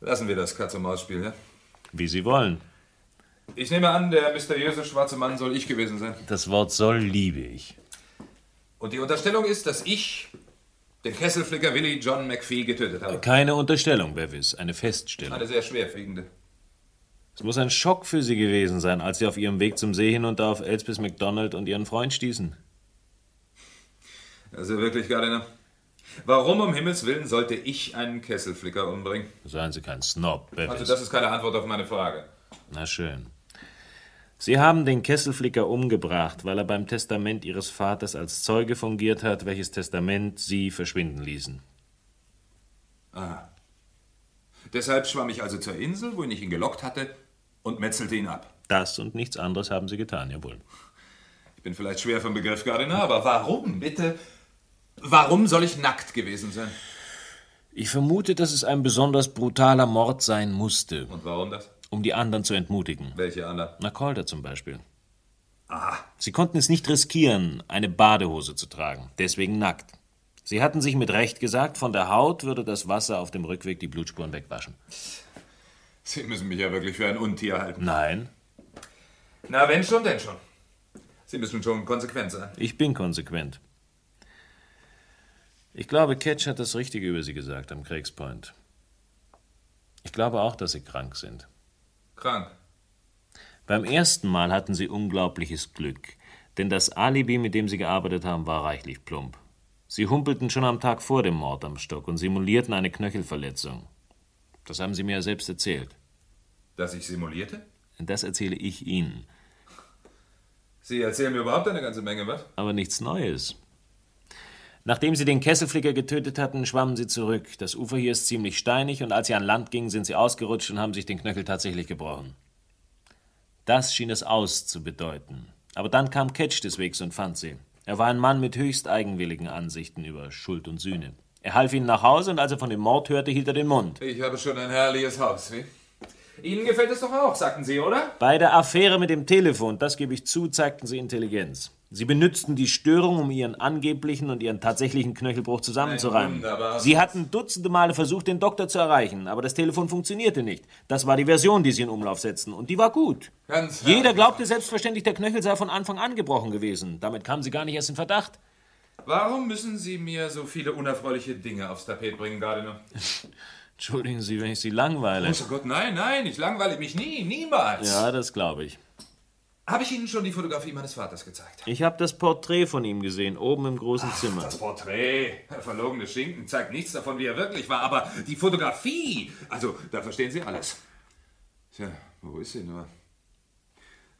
S16: Lassen wir das Katz-und-Maus-Spiel, ja?
S7: Wie Sie wollen.
S16: Ich nehme an, der mysteriöse schwarze Mann soll ich gewesen sein.
S7: Das Wort soll liebe ich.
S16: Und die Unterstellung ist, dass ich den Kesselflicker Willy John McPhee getötet habe.
S7: Keine Unterstellung, Bevis, eine Feststellung.
S16: Eine sehr schwerwiegende.
S7: Es muss ein Schock für Sie gewesen sein, als Sie auf Ihrem Weg zum See hinunter auf Elspeth MacDonald und Ihren Freund stießen.
S16: Also wirklich, Gardiner. Warum um Himmels Willen sollte ich einen Kesselflicker umbringen?
S7: Seien Sie kein Snob, Bevis.
S16: Also, das ist keine Antwort auf meine Frage.
S7: Na schön. Sie haben den Kesselflicker umgebracht, weil er beim Testament Ihres Vaters als Zeuge fungiert hat, welches Testament Sie verschwinden ließen.
S16: Ah. Deshalb schwamm ich also zur Insel, wohin ich ihn gelockt hatte, und metzelte ihn ab.
S7: Das und nichts anderes haben Sie getan, jawohl.
S16: Ich bin vielleicht schwer vom Begriff Gardiner, aber warum, bitte? Warum soll ich nackt gewesen sein?
S7: Ich vermute, dass es ein besonders brutaler Mord sein musste.
S16: Und warum das?
S7: um die anderen zu entmutigen.
S16: Welche anderen?
S7: Na, Calder zum Beispiel.
S16: Ah.
S7: Sie konnten es nicht riskieren, eine Badehose zu tragen, deswegen nackt. Sie hatten sich mit Recht gesagt, von der Haut würde das Wasser auf dem Rückweg die Blutspuren wegwaschen.
S16: Sie müssen mich ja wirklich für ein Untier halten.
S7: Nein.
S16: Na, wenn schon, denn schon. Sie müssen schon konsequent sein.
S7: Ich bin konsequent. Ich glaube, Ketch hat das Richtige über Sie gesagt am Craigspoint. Ich glaube auch, dass Sie krank sind.
S16: Krank.
S7: Beim ersten Mal hatten sie unglaubliches Glück, denn das Alibi, mit dem sie gearbeitet haben, war reichlich plump. Sie humpelten schon am Tag vor dem Mord am Stock und simulierten eine Knöchelverletzung. Das haben sie mir ja selbst erzählt.
S16: Dass ich simulierte?
S7: Das erzähle ich Ihnen.
S16: Sie erzählen mir überhaupt eine ganze Menge, was?
S7: Aber nichts Neues. Nachdem sie den Kesselflicker getötet hatten, schwammen sie zurück. Das Ufer hier ist ziemlich steinig und als sie an Land gingen, sind sie ausgerutscht und haben sich den Knöchel tatsächlich gebrochen. Das schien es auszubedeuten. Aber dann kam Ketch des Wegs und fand sie. Er war ein Mann mit höchst eigenwilligen Ansichten über Schuld und Sühne. Er half ihnen nach Hause und als er von dem Mord hörte, hielt er den Mund.
S16: Ich habe schon ein herrliches Haus, wie? Ihnen gefällt es doch auch, sagten Sie, oder?
S7: Bei der Affäre mit dem Telefon, das gebe ich zu, zeigten Sie Intelligenz. Sie benützten die Störung, um ihren angeblichen und ihren tatsächlichen Knöchelbruch zusammenzureimen. Sie hatten dutzende Male versucht, den Doktor zu erreichen, aber das Telefon funktionierte nicht. Das war die Version, die sie in Umlauf setzten, und die war gut.
S16: Ganz
S7: Jeder glaubte selbstverständlich, der Knöchel sei von Anfang an gebrochen gewesen. Damit kamen sie gar nicht erst in Verdacht.
S16: Warum müssen Sie mir so viele unerfreuliche Dinge aufs Tapet bringen, Gardiner?
S7: Entschuldigen Sie, wenn ich Sie langweile.
S16: Oh Gott, nein, nein, ich langweile mich nie, niemals.
S7: Ja, das glaube ich.
S16: Habe ich Ihnen schon die Fotografie meines Vaters gezeigt?
S7: Ich habe das Porträt von ihm gesehen, oben im großen Zimmer.
S16: Das Porträt, verlogene Schinken, zeigt nichts davon, wie er wirklich war, aber die Fotografie, also da verstehen Sie alles. Tja, wo ist sie nur?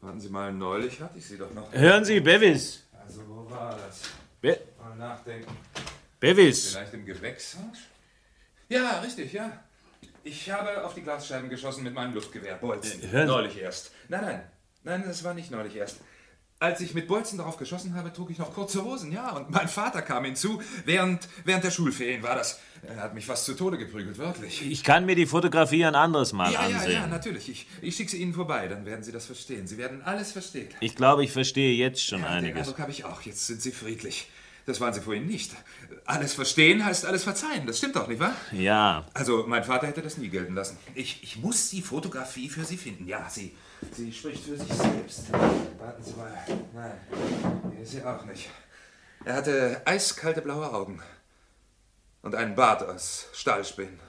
S16: Warten Sie mal, neulich hatte ich sie doch noch.
S7: Hören Sie, Bevis.
S16: Also, wo war das?
S7: Be
S16: mal nachdenken.
S7: Bevis.
S16: Vielleicht im Gewächshaus? Ja, richtig, ja. Ich habe auf die Glasscheiben geschossen mit meinem Luftgewehr, Bolzen.
S7: Äh, hören Sie-
S16: neulich erst. Nein, nein, nein, das war nicht neulich erst. Als ich mit Bolzen darauf geschossen habe, trug ich noch kurze Hosen, ja. Und mein Vater kam hinzu, während, während der Schulferien war das. Er hat mich fast zu Tode geprügelt, wirklich.
S7: Ich kann mir die Fotografie ein anderes Mal
S16: ja, ja,
S7: ansehen.
S16: ja, natürlich. Ich, ich schicke sie Ihnen vorbei, dann werden Sie das verstehen. Sie werden alles verstehen.
S7: Ich glaube, ich verstehe jetzt schon
S16: Den
S7: einiges.
S16: Eindruck habe ich auch. Jetzt sind Sie friedlich. Das waren Sie vorhin nicht. Alles verstehen heißt alles verzeihen. Das stimmt doch, nicht wahr?
S7: Ja,
S16: Also, mein Vater hätte das nie gelten lassen. Ich, ich muss die Fotografie für Sie finden. Ja, sie, sie spricht für sich selbst. Warten Sie mal. Nein, hier ist sie auch nicht. Er hatte eiskalte blaue Augen und einen Bart aus Stahlspinnen.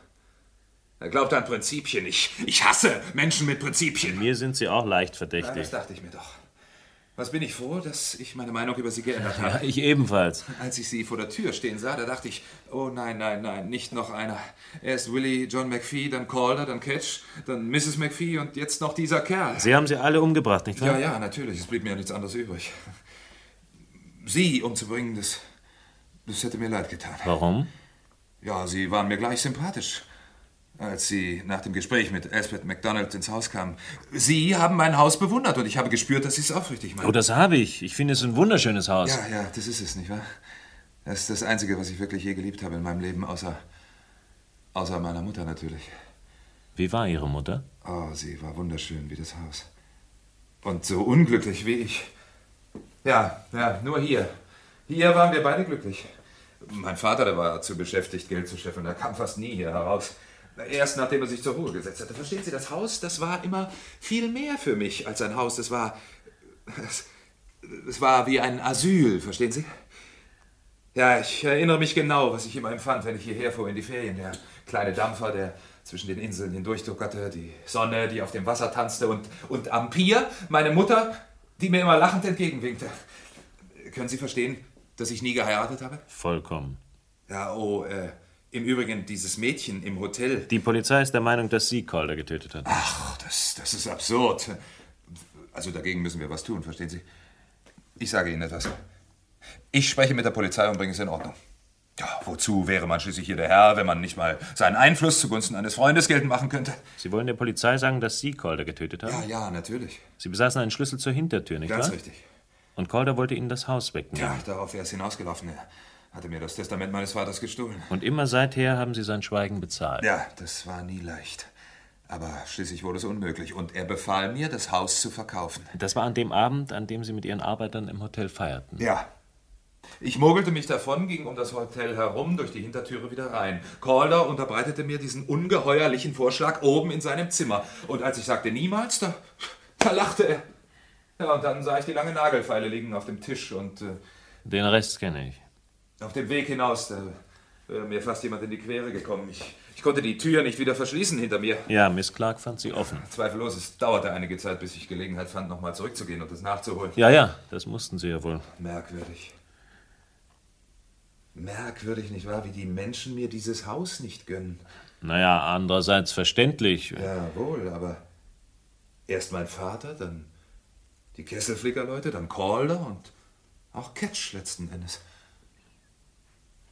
S16: Er glaubte an Prinzipien. Ich, ich hasse Menschen mit Prinzipien.
S7: mir sind sie auch leicht
S16: Na,
S7: verdächtig.
S16: das dachte ich mir doch. Was bin ich froh, dass ich meine Meinung über Sie
S7: <laughs>
S16: geändert habe.
S7: Ja, ich ebenfalls.
S16: Als ich sie vor der Tür stehen sah, da dachte ich, oh nein, nein, nein, nicht noch einer. Erst Willie, John McPhee, dann Calder, dann Ketch, dann Mrs. McPhee und jetzt noch dieser Kerl.
S7: Sie haben sie alle umgebracht, nicht wahr?
S16: ja, ja, natürlich, es blieb mir ja nichts anderes übrig. Sie umzubringen, das, das hätte mir leid getan.
S7: Warum?
S16: Ja, sie waren mir gleich sympathisch, als sie nach dem Gespräch mit Elspeth MacDonald ins Haus kamen. Sie haben mein Haus bewundert und ich habe gespürt, dass sie es aufrichtig meinen.
S7: Oh, das habe ich. Ich finde es ein wunderschönes Haus.
S16: Ja, ja, das ist es, nicht wahr? Das ist das Einzige, was ich wirklich je geliebt habe in meinem Leben, außer, außer meiner Mutter natürlich.
S7: Wie war Ihre Mutter?
S16: Oh, sie war wunderschön wie das Haus. Und so unglücklich wie ich. Ja, ja, nur hier. Hier waren wir beide glücklich. Mein Vater, der war zu beschäftigt, Geld zu scheffeln. Er kam fast nie hier heraus. Erst nachdem er sich zur Ruhe gesetzt hatte. Verstehen Sie, das Haus, das war immer viel mehr für mich als ein Haus. Das war. Das, das war wie ein Asyl, verstehen Sie? Ja, ich erinnere mich genau, was ich immer empfand, wenn ich hierher fuhr in die Ferien. Der kleine Dampfer, der zwischen den Inseln hindurchduckerte, die Sonne, die auf dem Wasser tanzte und, und am Pier meine Mutter, die mir immer lachend entgegenwinkte. Können Sie verstehen, dass ich nie geheiratet habe?
S7: Vollkommen.
S16: Ja, oh, äh, im Übrigen, dieses Mädchen im Hotel,
S7: Die Polizei ist der Meinung, dass Sie Calder getötet hat.
S16: Ach, das, das ist absurd. Also dagegen müssen wir was tun, verstehen Sie? Ich sage Ihnen etwas. Ich spreche mit der Polizei und bringe es in Ordnung. Ja, wozu wäre man schließlich hier der Herr, wenn man nicht mal seinen Einfluss zugunsten eines Freundes geltend machen könnte?
S7: Sie wollen der Polizei sagen, dass Sie Calder getötet haben?
S16: Ja, ja, natürlich.
S7: Sie besaßen einen Schlüssel zur Hintertür, nicht
S16: Ganz
S7: wahr?
S16: richtig.
S7: Und Calder wollte Ihnen das Haus wegnehmen.
S16: Ja, darauf wäre es hinausgelaufen. Er hatte mir das Testament meines Vaters gestohlen.
S7: Und immer seither haben Sie sein Schweigen bezahlt.
S16: Ja, um das war nie leicht. Aber schließlich wurde es unmöglich. Und er befahl mir, das Haus zu verkaufen.
S7: Das war an dem Abend, an dem Sie mit Ihren Arbeitern im Hotel feierten.
S16: Ja. Ich mogelte mich davon, ging um das Hotel herum, durch die Hintertüre wieder rein. Calder unterbreitete mir diesen ungeheuerlichen Vorschlag oben in seinem Zimmer. Und als ich sagte niemals, da, da lachte er. Ja, und dann sah ich die lange Nagelfeile liegen auf dem Tisch und äh,
S7: Den Rest kenne ich.
S16: auf dem Weg hinaus, da wäre mir fast jemand in die Quere gekommen. Ich, ich konnte die Tür nicht wieder verschließen hinter mir.
S7: Ja, Miss Clark fand sie offen.
S16: Zweifellos, es dauerte einige Zeit, bis ich Gelegenheit fand, nochmal zurückzugehen und das nachzuholen.
S7: Ja, ja, das mussten Sie ja wohl.
S16: Merkwürdig. Merkwürdig, nicht wahr? Wie die Menschen mir dieses Haus nicht gönnen.
S7: Naja, andererseits verständlich.
S16: Jawohl, aber erst mein Vater, dann die Kesselflicker-Leute, dann Calder und auch Ketch letzten Endes.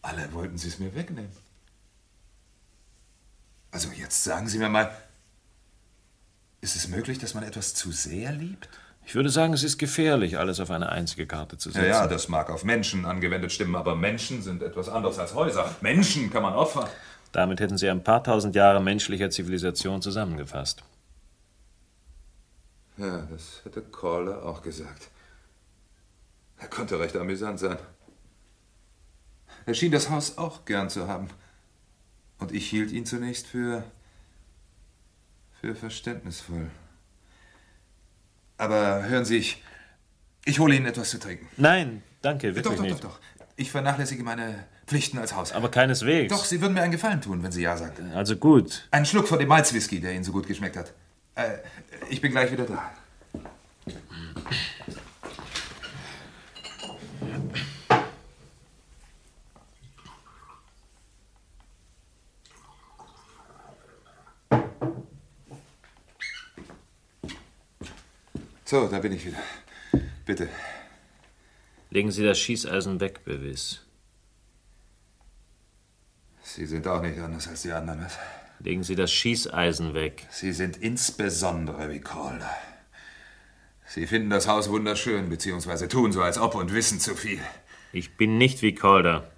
S16: Alle wollten sie es mir wegnehmen. Also jetzt sagen Sie mir mal, ist es möglich, dass man etwas zu sehr liebt?
S7: Ich würde sagen, es ist gefährlich, alles auf eine einzige Karte zu
S16: Ja,
S7: setzen.
S16: ja, das mag auf Menschen angewendet stimmen, aber Menschen sind etwas anderes als Häuser. Menschen kann man opfern.
S7: Damit hätten Sie ein paar tausend Jahre menschlicher Zivilisation zusammengefasst.
S16: Ja, das hätte Caller auch gesagt. Er konnte recht amüsant sein. Er schien das Haus auch gern zu haben. Und ich hielt ihn zunächst für. für verständnisvoll. Aber hören Sie, ich, ich hole Ihnen etwas zu trinken.
S7: Nein, danke, wirklich
S16: doch, doch,
S7: nicht.
S16: doch, doch. Ich vernachlässige meine Pflichten als Hausherr.
S12: Aber keineswegs.
S16: Doch, Sie würden mir einen Gefallen tun, wenn Sie Ja sagen.
S12: Also gut.
S16: Einen Schluck von dem Malzwhisky, der Ihnen so gut geschmeckt hat. Äh, ich bin gleich wieder da. So, da bin ich wieder. Bitte.
S12: Legen Sie das Schießeisen weg, Bevis.
S16: Sie sind auch nicht anders als die anderen, was?
S12: Legen Sie das Schießeisen weg.
S16: Sie sind insbesondere wie Calder. Sie finden das Haus wunderschön, beziehungsweise tun so, als ob und wissen zu viel.
S12: Ich bin nicht wie Calder.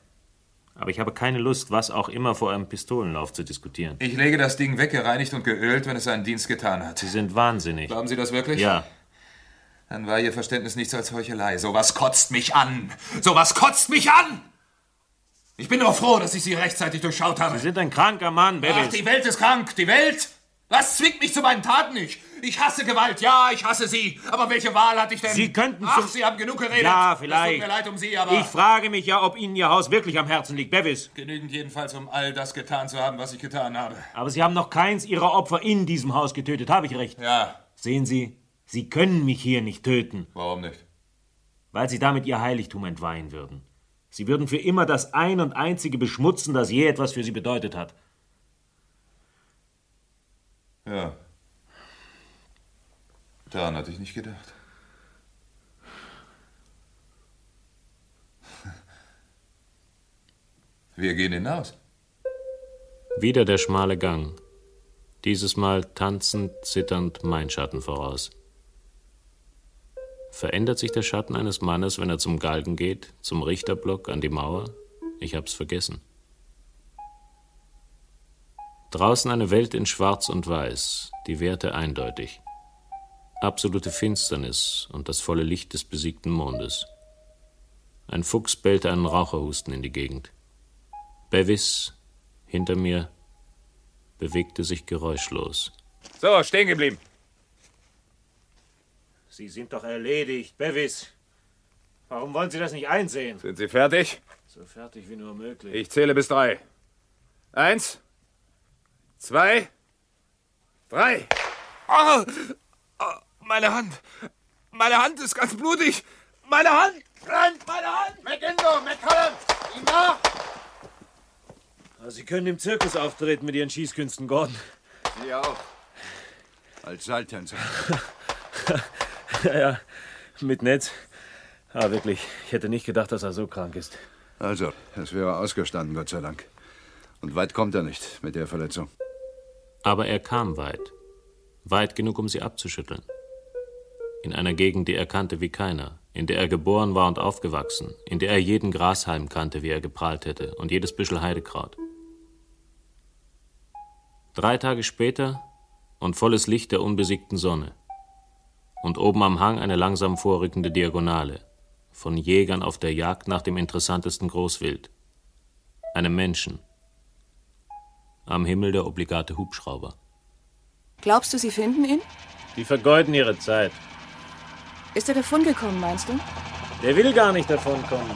S12: Aber ich habe keine Lust, was auch immer vor einem Pistolenlauf zu diskutieren.
S16: Ich lege das Ding weg, gereinigt und geölt, wenn es seinen Dienst getan hat.
S12: Sie sind wahnsinnig.
S16: Glauben Sie das wirklich?
S12: Ja.
S16: Dann war Ihr Verständnis nichts als Heuchelei. Sowas kotzt mich an! Sowas kotzt mich an! Ich bin doch froh, dass ich Sie rechtzeitig durchschaut habe.
S12: Sie sind ein kranker Mann,
S16: Ach,
S12: Bevis.
S16: die Welt ist krank, die Welt! Was zwingt mich zu meinen Taten nicht? Ich hasse Gewalt, ja, ich hasse Sie. Aber welche Wahl hatte ich denn?
S12: Sie könnten
S16: Ach,
S12: zum-
S16: Sie haben genug geredet.
S12: Ja,
S16: Es
S12: vielleicht.
S16: tut mir leid um Sie, aber...
S12: Ich frage mich ja, ob Ihnen Ihr Haus wirklich am Herzen liegt, Bevis.
S16: Genügend jedenfalls, um all das getan zu haben, was ich getan habe.
S12: Aber Sie haben noch keins Ihrer Opfer in diesem Haus getötet, habe ich recht?
S16: Ja.
S12: Sehen Sie, Sie können mich hier nicht töten.
S16: Warum nicht?
S12: Weil Sie damit Ihr Heiligtum entweihen würden. Sie würden für immer das ein und einzige beschmutzen, das je etwas für Sie bedeutet hat.
S16: Ja. Daran hatte ich nicht gedacht. Wir gehen hinaus.
S7: Wieder der schmale Gang. Dieses Mal tanzend, zitternd mein Schatten voraus. Verändert sich der Schatten eines Mannes, wenn er zum Galgen geht, zum Richterblock, an die Mauer? Ich hab's vergessen. Draußen eine Welt in Schwarz und Weiß, die Werte eindeutig. Absolute Finsternis und das volle Licht des besiegten Mondes. Ein Fuchs bellte einen Raucherhusten in die Gegend. Bevis, hinter mir, bewegte sich geräuschlos.
S12: So, stehen geblieben. Sie sind doch erledigt, Bevis. Warum wollen Sie das nicht einsehen?
S17: Sind Sie fertig?
S12: So fertig wie nur möglich.
S17: Ich zähle bis drei. Eins, zwei, drei. Ah, ah, meine Hand. Meine Hand ist ganz blutig. Meine Hand. Hand, meine Hand. McIndo, McCallum. Ihm nach.
S12: Aber Sie können im Zirkus auftreten mit Ihren Schießkünsten, Gordon.
S14: Sie auch. Als Seiltänzer.
S12: ja, ja, mit Netz. Ah, wirklich. Ich hätte nicht gedacht, dass er so krank ist.
S10: <laughs> Also, das wäre ausgestanden, Gott sei Dank. Und weit kommt er nicht mit der Verletzung.
S7: Aber er kam weit. Weit genug, um sie abzuschütteln. In einer Gegend, die er kannte wie keiner, in der er geboren war und aufgewachsen, in der er jeden Grashalm kannte, wie er geprahlt hätte, und jedes Büschel Heidekraut. Drei Tage später und volles Licht der unbesiegten Sonne. Und oben am Hang eine langsam vorrückende Diagonale, von Jägern auf der Jagd nach dem interessantesten Großwild, einem Menschen. Am Himmel der obligate Hubschrauber.
S18: Glaubst du, sie finden ihn?
S7: Die vergeuden ihre Zeit.
S18: Ist er davongekommen, meinst du?
S7: Der will gar nicht davonkommen.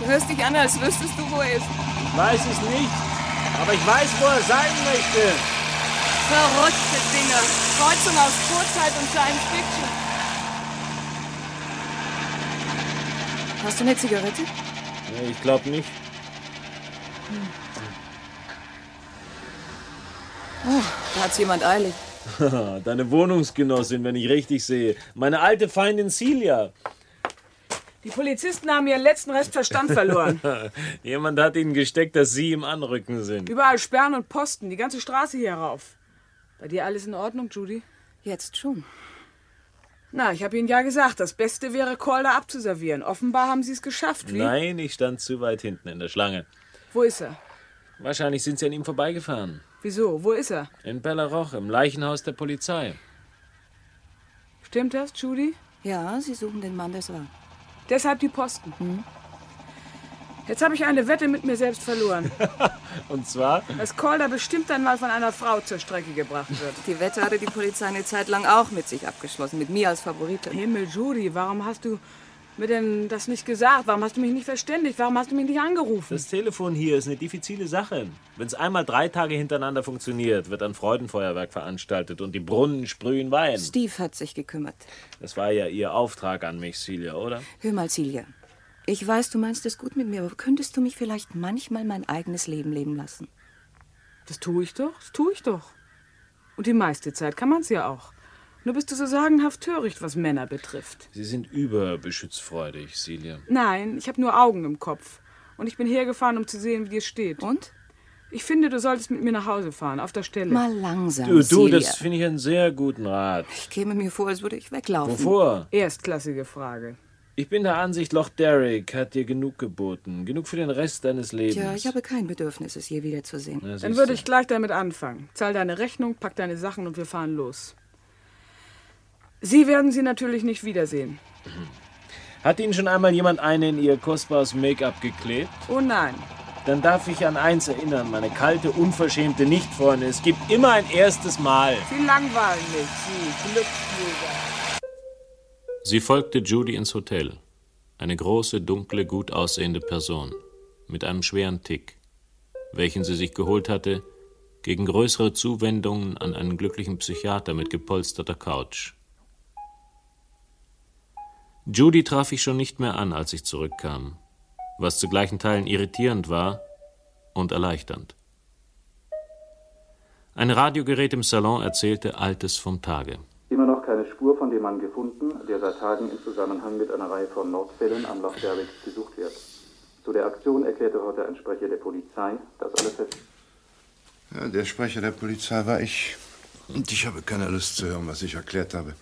S18: Du hörst dich an, als wüsstest du, wo er ist.
S12: Ich weiß es nicht, aber ich weiß, wo er sein möchte.
S18: Verrückte Dinger. Kreuzung aus Vorzeit und Science Fiction. Hast du eine Zigarette?
S12: Nee, ich glaube
S7: <laughs>
S12: nicht.
S18: Oh, da hat's jemand eilig.
S12: Deine Wohnungsgenossin, wenn ich richtig sehe. Meine alte Feindin Celia.
S19: Die Polizisten haben ihren letzten Rest Verstand
S18: <laughs>
S19: verloren.
S7: <laughs> Jemand hat ihnen gesteckt, dass sie im Anrücken sind.
S19: Überall Sperren und Posten, die ganze Straße hier rauf. Bei dir alles in Ordnung, Judy? Jetzt schon. Na, ich habe Ihnen ja gesagt, das Beste wäre, Calder abzuservieren. Offenbar haben Sie es geschafft. Wie?
S7: Nein, ich stand zu weit hinten in der Schlange.
S19: Wo ist er?
S7: Wahrscheinlich sind sie an ihm vorbeigefahren.
S19: Wieso? Wo ist er?
S7: In Bellaroch, im Leichenhaus der Polizei.
S19: Stimmt das, Judy?
S18: Ja, sie suchen den Mann, der es war. Hm.
S19: Deshalb die Posten. Jetzt habe ich eine Wette mit mir
S18: <laughs>
S19: selbst verloren,
S7: Und zwar?
S19: dass Calder bestimmt einmal von einer Frau zur Strecke gebracht wird.
S18: Die Wette hatte die Polizei eine Zeit lang auch mit sich abgeschlossen, mit mir als Favoritin.
S19: Himmel, Judy, warum hast du mir denn das nicht gesagt? Warum hast du mich nicht verständigt? Warum hast du mich nicht angerufen?
S7: Das Telefon hier ist eine diffizile Sache. Wenn es einmal drei Tage hintereinander funktioniert, wird ein Freudenfeuerwerk veranstaltet und die Brunnen sprühen Wein.
S6: Steve hat sich gekümmert.
S7: Das war ja Ihr Auftrag an mich, Celia, oder?
S6: Hör mal, Celia. Ich weiß, du meinst es gut mit mir, aber könntest du mich vielleicht manchmal mein eigenes Leben leben lassen?
S19: Das tue ich doch, das tue ich doch. Und die meiste Zeit kann man es ja auch. Nur bist du so sagenhaft töricht, was Männer betrifft.
S7: Sie sind überbeschützfreudig, Celia.
S19: Nein, ich habe nur Augen im Kopf. Und ich bin hergefahren, um zu sehen, wie dir steht.
S6: Und?
S19: Ich finde, du solltest mit mir nach Hause fahren, auf der Stelle.
S6: Mal langsam,
S7: Du, du
S6: Celia.
S7: das finde ich einen sehr guten Rat.
S6: Ich käme mir vor, als würde ich weglaufen.
S7: Wovor?
S19: Erstklassige Frage.
S7: Ich bin der Ansicht, Loch Derrick hat dir genug geboten. Genug für den Rest deines Lebens.
S6: Tja, ich habe kein Bedürfnis, es je wieder zu sehen.
S7: Na,
S19: Dann
S7: siehste.
S19: würde ich gleich damit anfangen. Zahl deine Rechnung, pack deine Sachen und wir fahren los. Sie werden sie natürlich nicht wiedersehen.
S7: Hat Ihnen schon einmal jemand einen in Ihr kostbares Make-up geklebt?
S19: Oh nein.
S7: Dann darf ich an eins erinnern, meine kalte, unverschämte Nichtfreunde. Es gibt immer ein erstes Mal.
S19: Sie langweilen mich, Sie Glücksjäger.
S5: Sie folgte Judy ins Hotel. Eine große, dunkle, gut aussehende Person mit einem schweren Tick, welchen sie sich geholt hatte gegen größere Zuwendungen an einen glücklichen Psychiater mit gepolsterter Couch. Judy traf ich schon nicht mehr an, als ich zurückkam, was zu gleichen Teilen irritierend war und erleichternd. Ein Radiogerät im Salon erzählte Altes vom Tage.
S9: Immer noch keine Spur von dem Mann gefunden, der seit Tagen im Zusammenhang mit einer Reihe von Mordfällen am Loch Derrick gesucht wird. Zu der Aktion erklärte heute ein Sprecher der Polizei, dass alle Fest
S10: Ja, der Sprecher der Polizei war ich. Und ich habe keine Lust zu hören, was ich erklärt habe.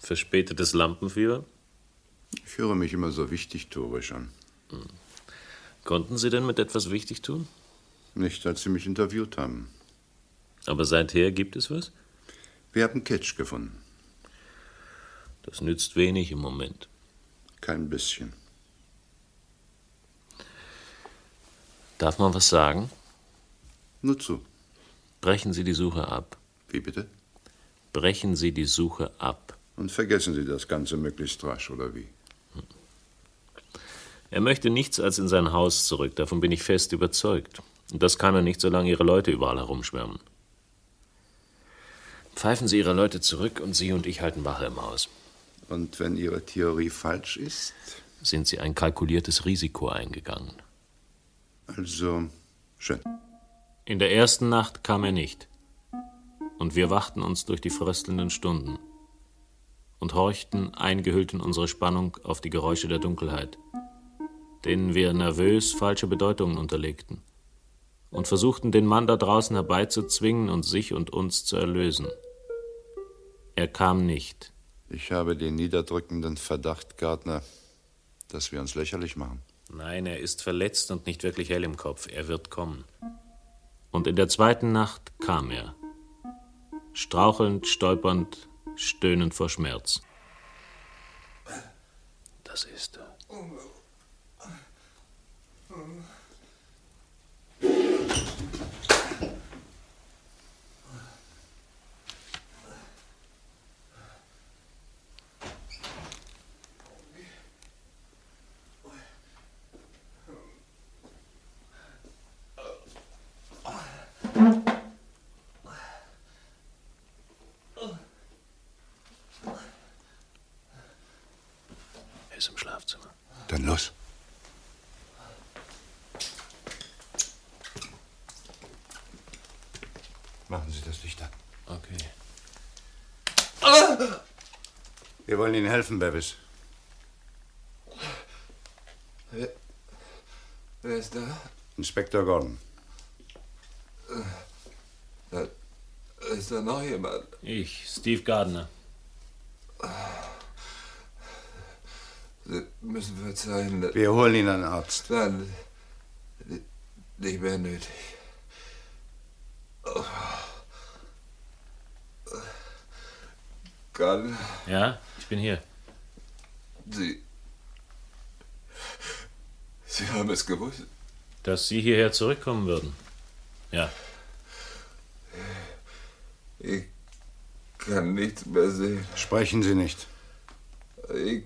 S7: Verspätetes Lampenfieber?
S10: Ich höre mich immer so wichtigtuerisch an.
S7: Konnten Sie denn mit etwas wichtig tun?
S10: Nicht, als Sie mich interviewt haben.
S7: Aber seither gibt es was?
S10: Wir haben Kitsch gefunden.
S7: Das nützt wenig im Moment.
S10: Kein bisschen.
S7: Darf man was sagen?
S10: Nur zu.
S7: Brechen Sie die Suche ab.
S10: Wie bitte?
S7: Brechen Sie die Suche ab.
S10: Und vergessen Sie das Ganze möglichst rasch, oder wie?
S7: Hm. Er möchte nichts als in sein Haus zurück, davon bin ich fest überzeugt. Und das kann er nicht, solange Ihre Leute überall herumschwärmen. Pfeifen Sie Ihre Leute zurück und Sie und ich halten Wache im Haus.
S10: Und wenn Ihre Theorie falsch ist?
S7: Sind Sie ein kalkuliertes Risiko eingegangen?
S10: Also, schön.
S5: In der ersten Nacht kam er nicht. Und wir wachten uns durch die fröstelnden Stunden und horchten, eingehüllt in unsere Spannung, auf die Geräusche der Dunkelheit, denen wir nervös falsche Bedeutungen unterlegten und versuchten, den Mann da draußen herbeizuzwingen und sich und uns zu erlösen. Er kam nicht.
S10: Ich habe den niederdrückenden Verdacht, Gardner, dass wir uns lächerlich machen.
S7: Nein, er ist verletzt und nicht wirklich hell im Kopf. Er wird kommen. Und in der zweiten Nacht kam er.
S5: Strauchelnd, stolpernd, stöhnend vor Schmerz.
S7: Das ist er. Er ist im Schlafzimmer.
S10: Dann los. Machen Sie das Licht an.
S7: Okay.
S10: Wir wollen Ihnen helfen, Bevis.
S17: Wer, wer ist da?
S10: Inspektor Gordon.
S17: da? Ist da noch jemand?
S7: Ich, Steve Gardner.
S17: Sie müssen verzeihen. dass-
S10: Wir holen Ihnen einen Arzt.
S17: Nein, n- nicht mehr nötig. Kann
S7: Ja, ich bin hier.
S17: Sie. Sie haben es gewusst.
S7: Dass Sie hierher zurückkommen würden. Ja.
S17: Ich kann nichts mehr sehen.
S10: Sprechen Sie nicht.
S17: Ich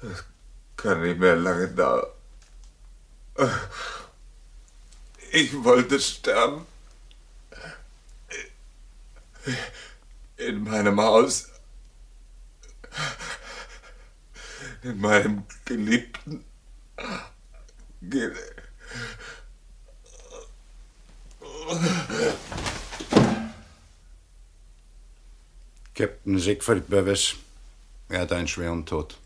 S17: Das kann nicht mehr lange dauern. Ich wollte sterben. In meinem Haus. In meinem geliebten. Ge
S10: Captain Siegfried Bevis. Er hat einen schweren Tod.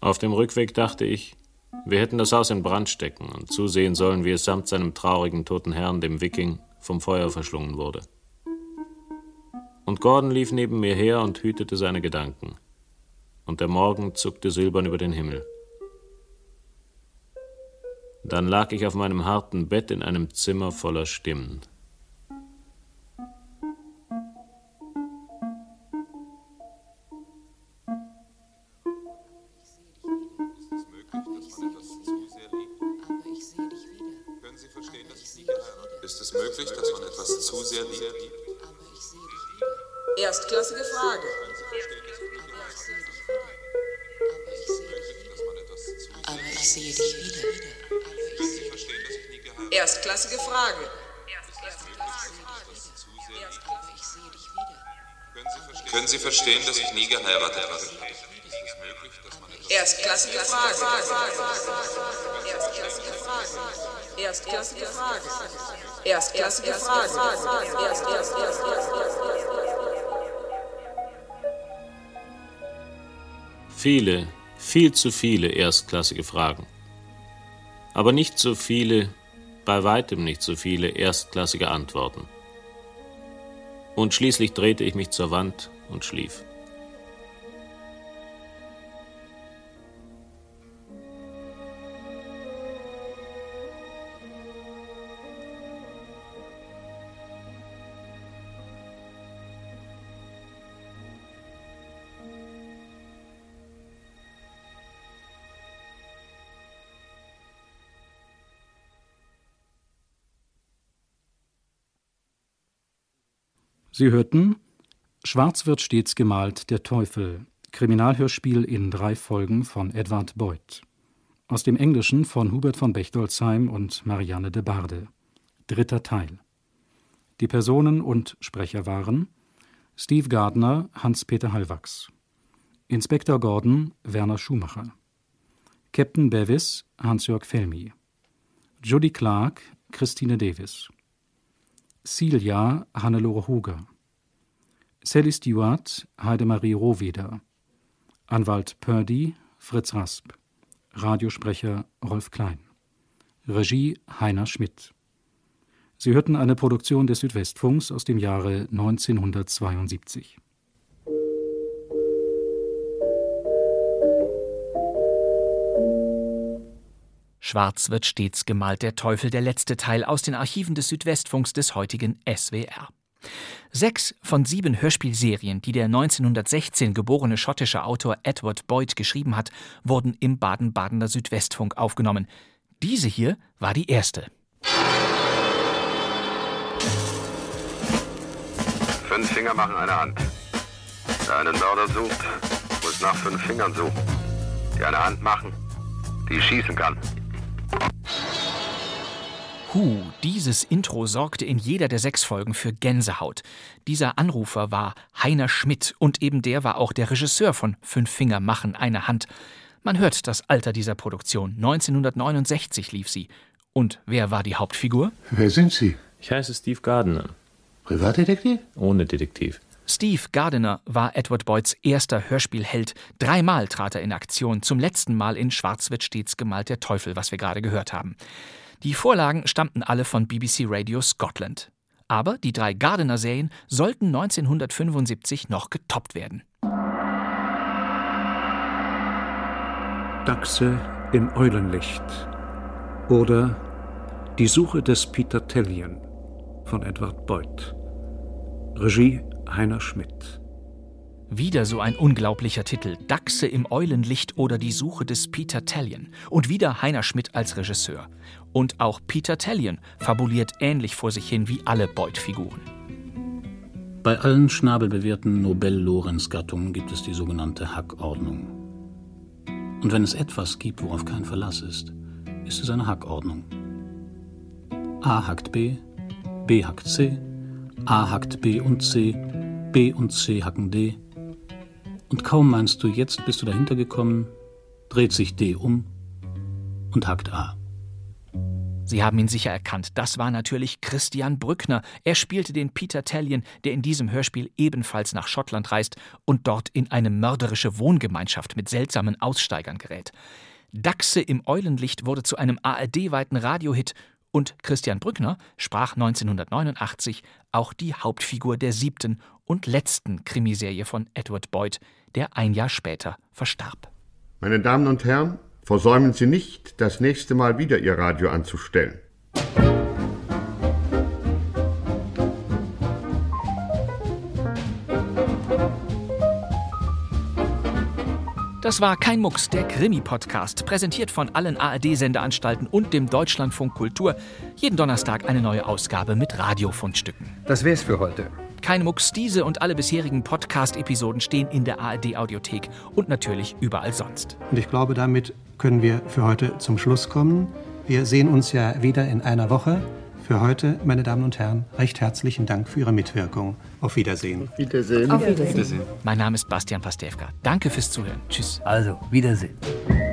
S7: Auf dem Rückweg dachte ich, wir hätten das Haus in Brand stecken und zusehen sollen, wie es samt seinem traurigen toten Herrn, dem Wiking, vom Feuer verschlungen wurde. Und Gordon lief neben mir her und hütete seine Gedanken. Und der Morgen zuckte silbern über den Himmel. Dann lag ich auf meinem harten Bett in einem Zimmer voller Stimmen.
S16: Ist es möglich, dass man etwas zu sehr liebt?
S19: Erstklassige Frage.
S20: Aber ich sehe dich wieder.
S19: Erstklassige Frage.
S16: Können Sie verstehen, dass ich nie geheiratet habe?
S19: Erstklassige Frage. Erstklassige Frage. Erstklassige Frage.
S7: Viele, viel zu viele erstklassige Fragen. Aber nicht so viele, bei weitem nicht so viele erstklassige Antworten. Und schließlich drehte ich mich zur Wand und schlief.
S9: Sie hörten Schwarz wird stets gemalt, der Teufel. Kriminalhörspiel in drei Folgen von Edward Beuth. Aus dem Englischen von Hubert von Bechtolzheim und Marianne de Barde. Dritter Teil. Die Personen und Sprecher waren Steve Gardner, Hans-Peter Hallwachs. Inspektor Gordon, Werner Schumacher. Captain Bevis, Hans-Jörg Felmi. Judy Clark, Christine Davis. Celia Hannelore Huger. Sally Stewart Heidemarie Rohweder. Anwalt Purdy Fritz Rasp. Radiosprecher Rolf Klein. Regie Heiner Schmidt. Sie hörten eine Produktion des Südwestfunks aus dem Jahre 1972.
S1: Schwarz wird stets gemalt, der Teufel, der letzte Teil aus den Archiven des Südwestfunks des heutigen SWR. Sechs von sieben Hörspielserien, die der 1916 geborene schottische Autor Edward Boyd geschrieben hat, wurden im Baden-Badener Südwestfunk aufgenommen. Diese hier war die erste.
S21: 5 Finger machen eine Hand. Wer einen Mörder sucht, muss nach fünf Fingern suchen, die eine Hand machen, die schießen kann.
S1: Hu, dieses Intro sorgte in jeder der sechs Folgen für Gänsehaut. Dieser Anrufer war Heiner Schmidt und eben der war auch der Regisseur von Fünf Finger machen eine Hand. Man hört das Alter dieser Produktion. 1969 lief sie. Und wer war die Hauptfigur?
S4: Wer sind Sie? Ich heiße Steve Gardner. Privatdetektiv? Ohne Detektiv.
S1: Steve Gardiner war Edward Boyds erster Hörspielheld. Dreimal trat er in Aktion, zum letzten Mal in Schwarz wird stets gemalt der Teufel, was wir gerade gehört haben. Die Vorlagen stammten alle von BBC Radio Scotland. Aber die drei Gardiner-Serien sollten 1975 noch getoppt werden.
S22: Dachse im Eulenlicht oder Die Suche des Peter Tellien von Edward Beuth. Regie Heiner Schmidt.
S1: Wieder so ein unglaublicher Titel: Dachse im Eulenlicht oder die Suche des Peter Tallien. Und wieder Heiner Schmidt als Regisseur. Und auch Peter Tallien fabuliert ähnlich vor sich hin wie alle Beuth-Figuren.
S5: Bei allen schnabelbewehrten Nobel-Lorenz-Gattungen gibt es die sogenannte Hackordnung. Und wenn es etwas gibt, worauf kein Verlass ist, ist es eine Hackordnung. A hackt B, B hackt C, A hackt B und C, B und C hacken D. Und kaum meinst du, jetzt bist du dahinter gekommen, dreht sich D um und hackt A.
S1: Sie haben ihn sicher erkannt. Das war natürlich Christian Brückner. Er spielte den Peter Tallien, der in diesem Hörspiel ebenfalls nach Schottland reist und dort in eine mörderische Wohngemeinschaft mit seltsamen Aussteigern gerät. Dachse im Eulenlicht wurde zu einem ARD-weiten Radiohit und Christian Brückner sprach 1989 auch die Hauptfigur der siebten und letzten Krimiserie von Edward Boyd, der ein Jahr später verstarb.
S2: Meine Damen und Herren, versäumen Sie nicht, das nächste Mal wieder Ihr Radio anzustellen.
S1: Das war kein Mucks, der Krimi-Podcast, präsentiert von allen ARD-Sendeanstalten und dem Deutschlandfunk Kultur. Jeden Donnerstag eine neue Ausgabe mit Radiofundstücken.
S3: Das wär's für heute.
S1: Kein Mucks, diese und alle bisherigen Podcast-Episoden stehen in der ARD-Audiothek und natürlich überall sonst.
S3: Und ich glaube, damit können wir für heute zum Schluss kommen. Wir sehen uns ja wieder in einer Woche. Für heute, meine Damen und Herren, recht herzlichen Dank für Ihre Mitwirkung. Auf Wiedersehen. Auf
S1: Wiedersehen. Auf Wiedersehen. Mein Name ist Bastian Pastewka. Danke fürs Zuhören. Tschüss.
S3: Also, Wiedersehen.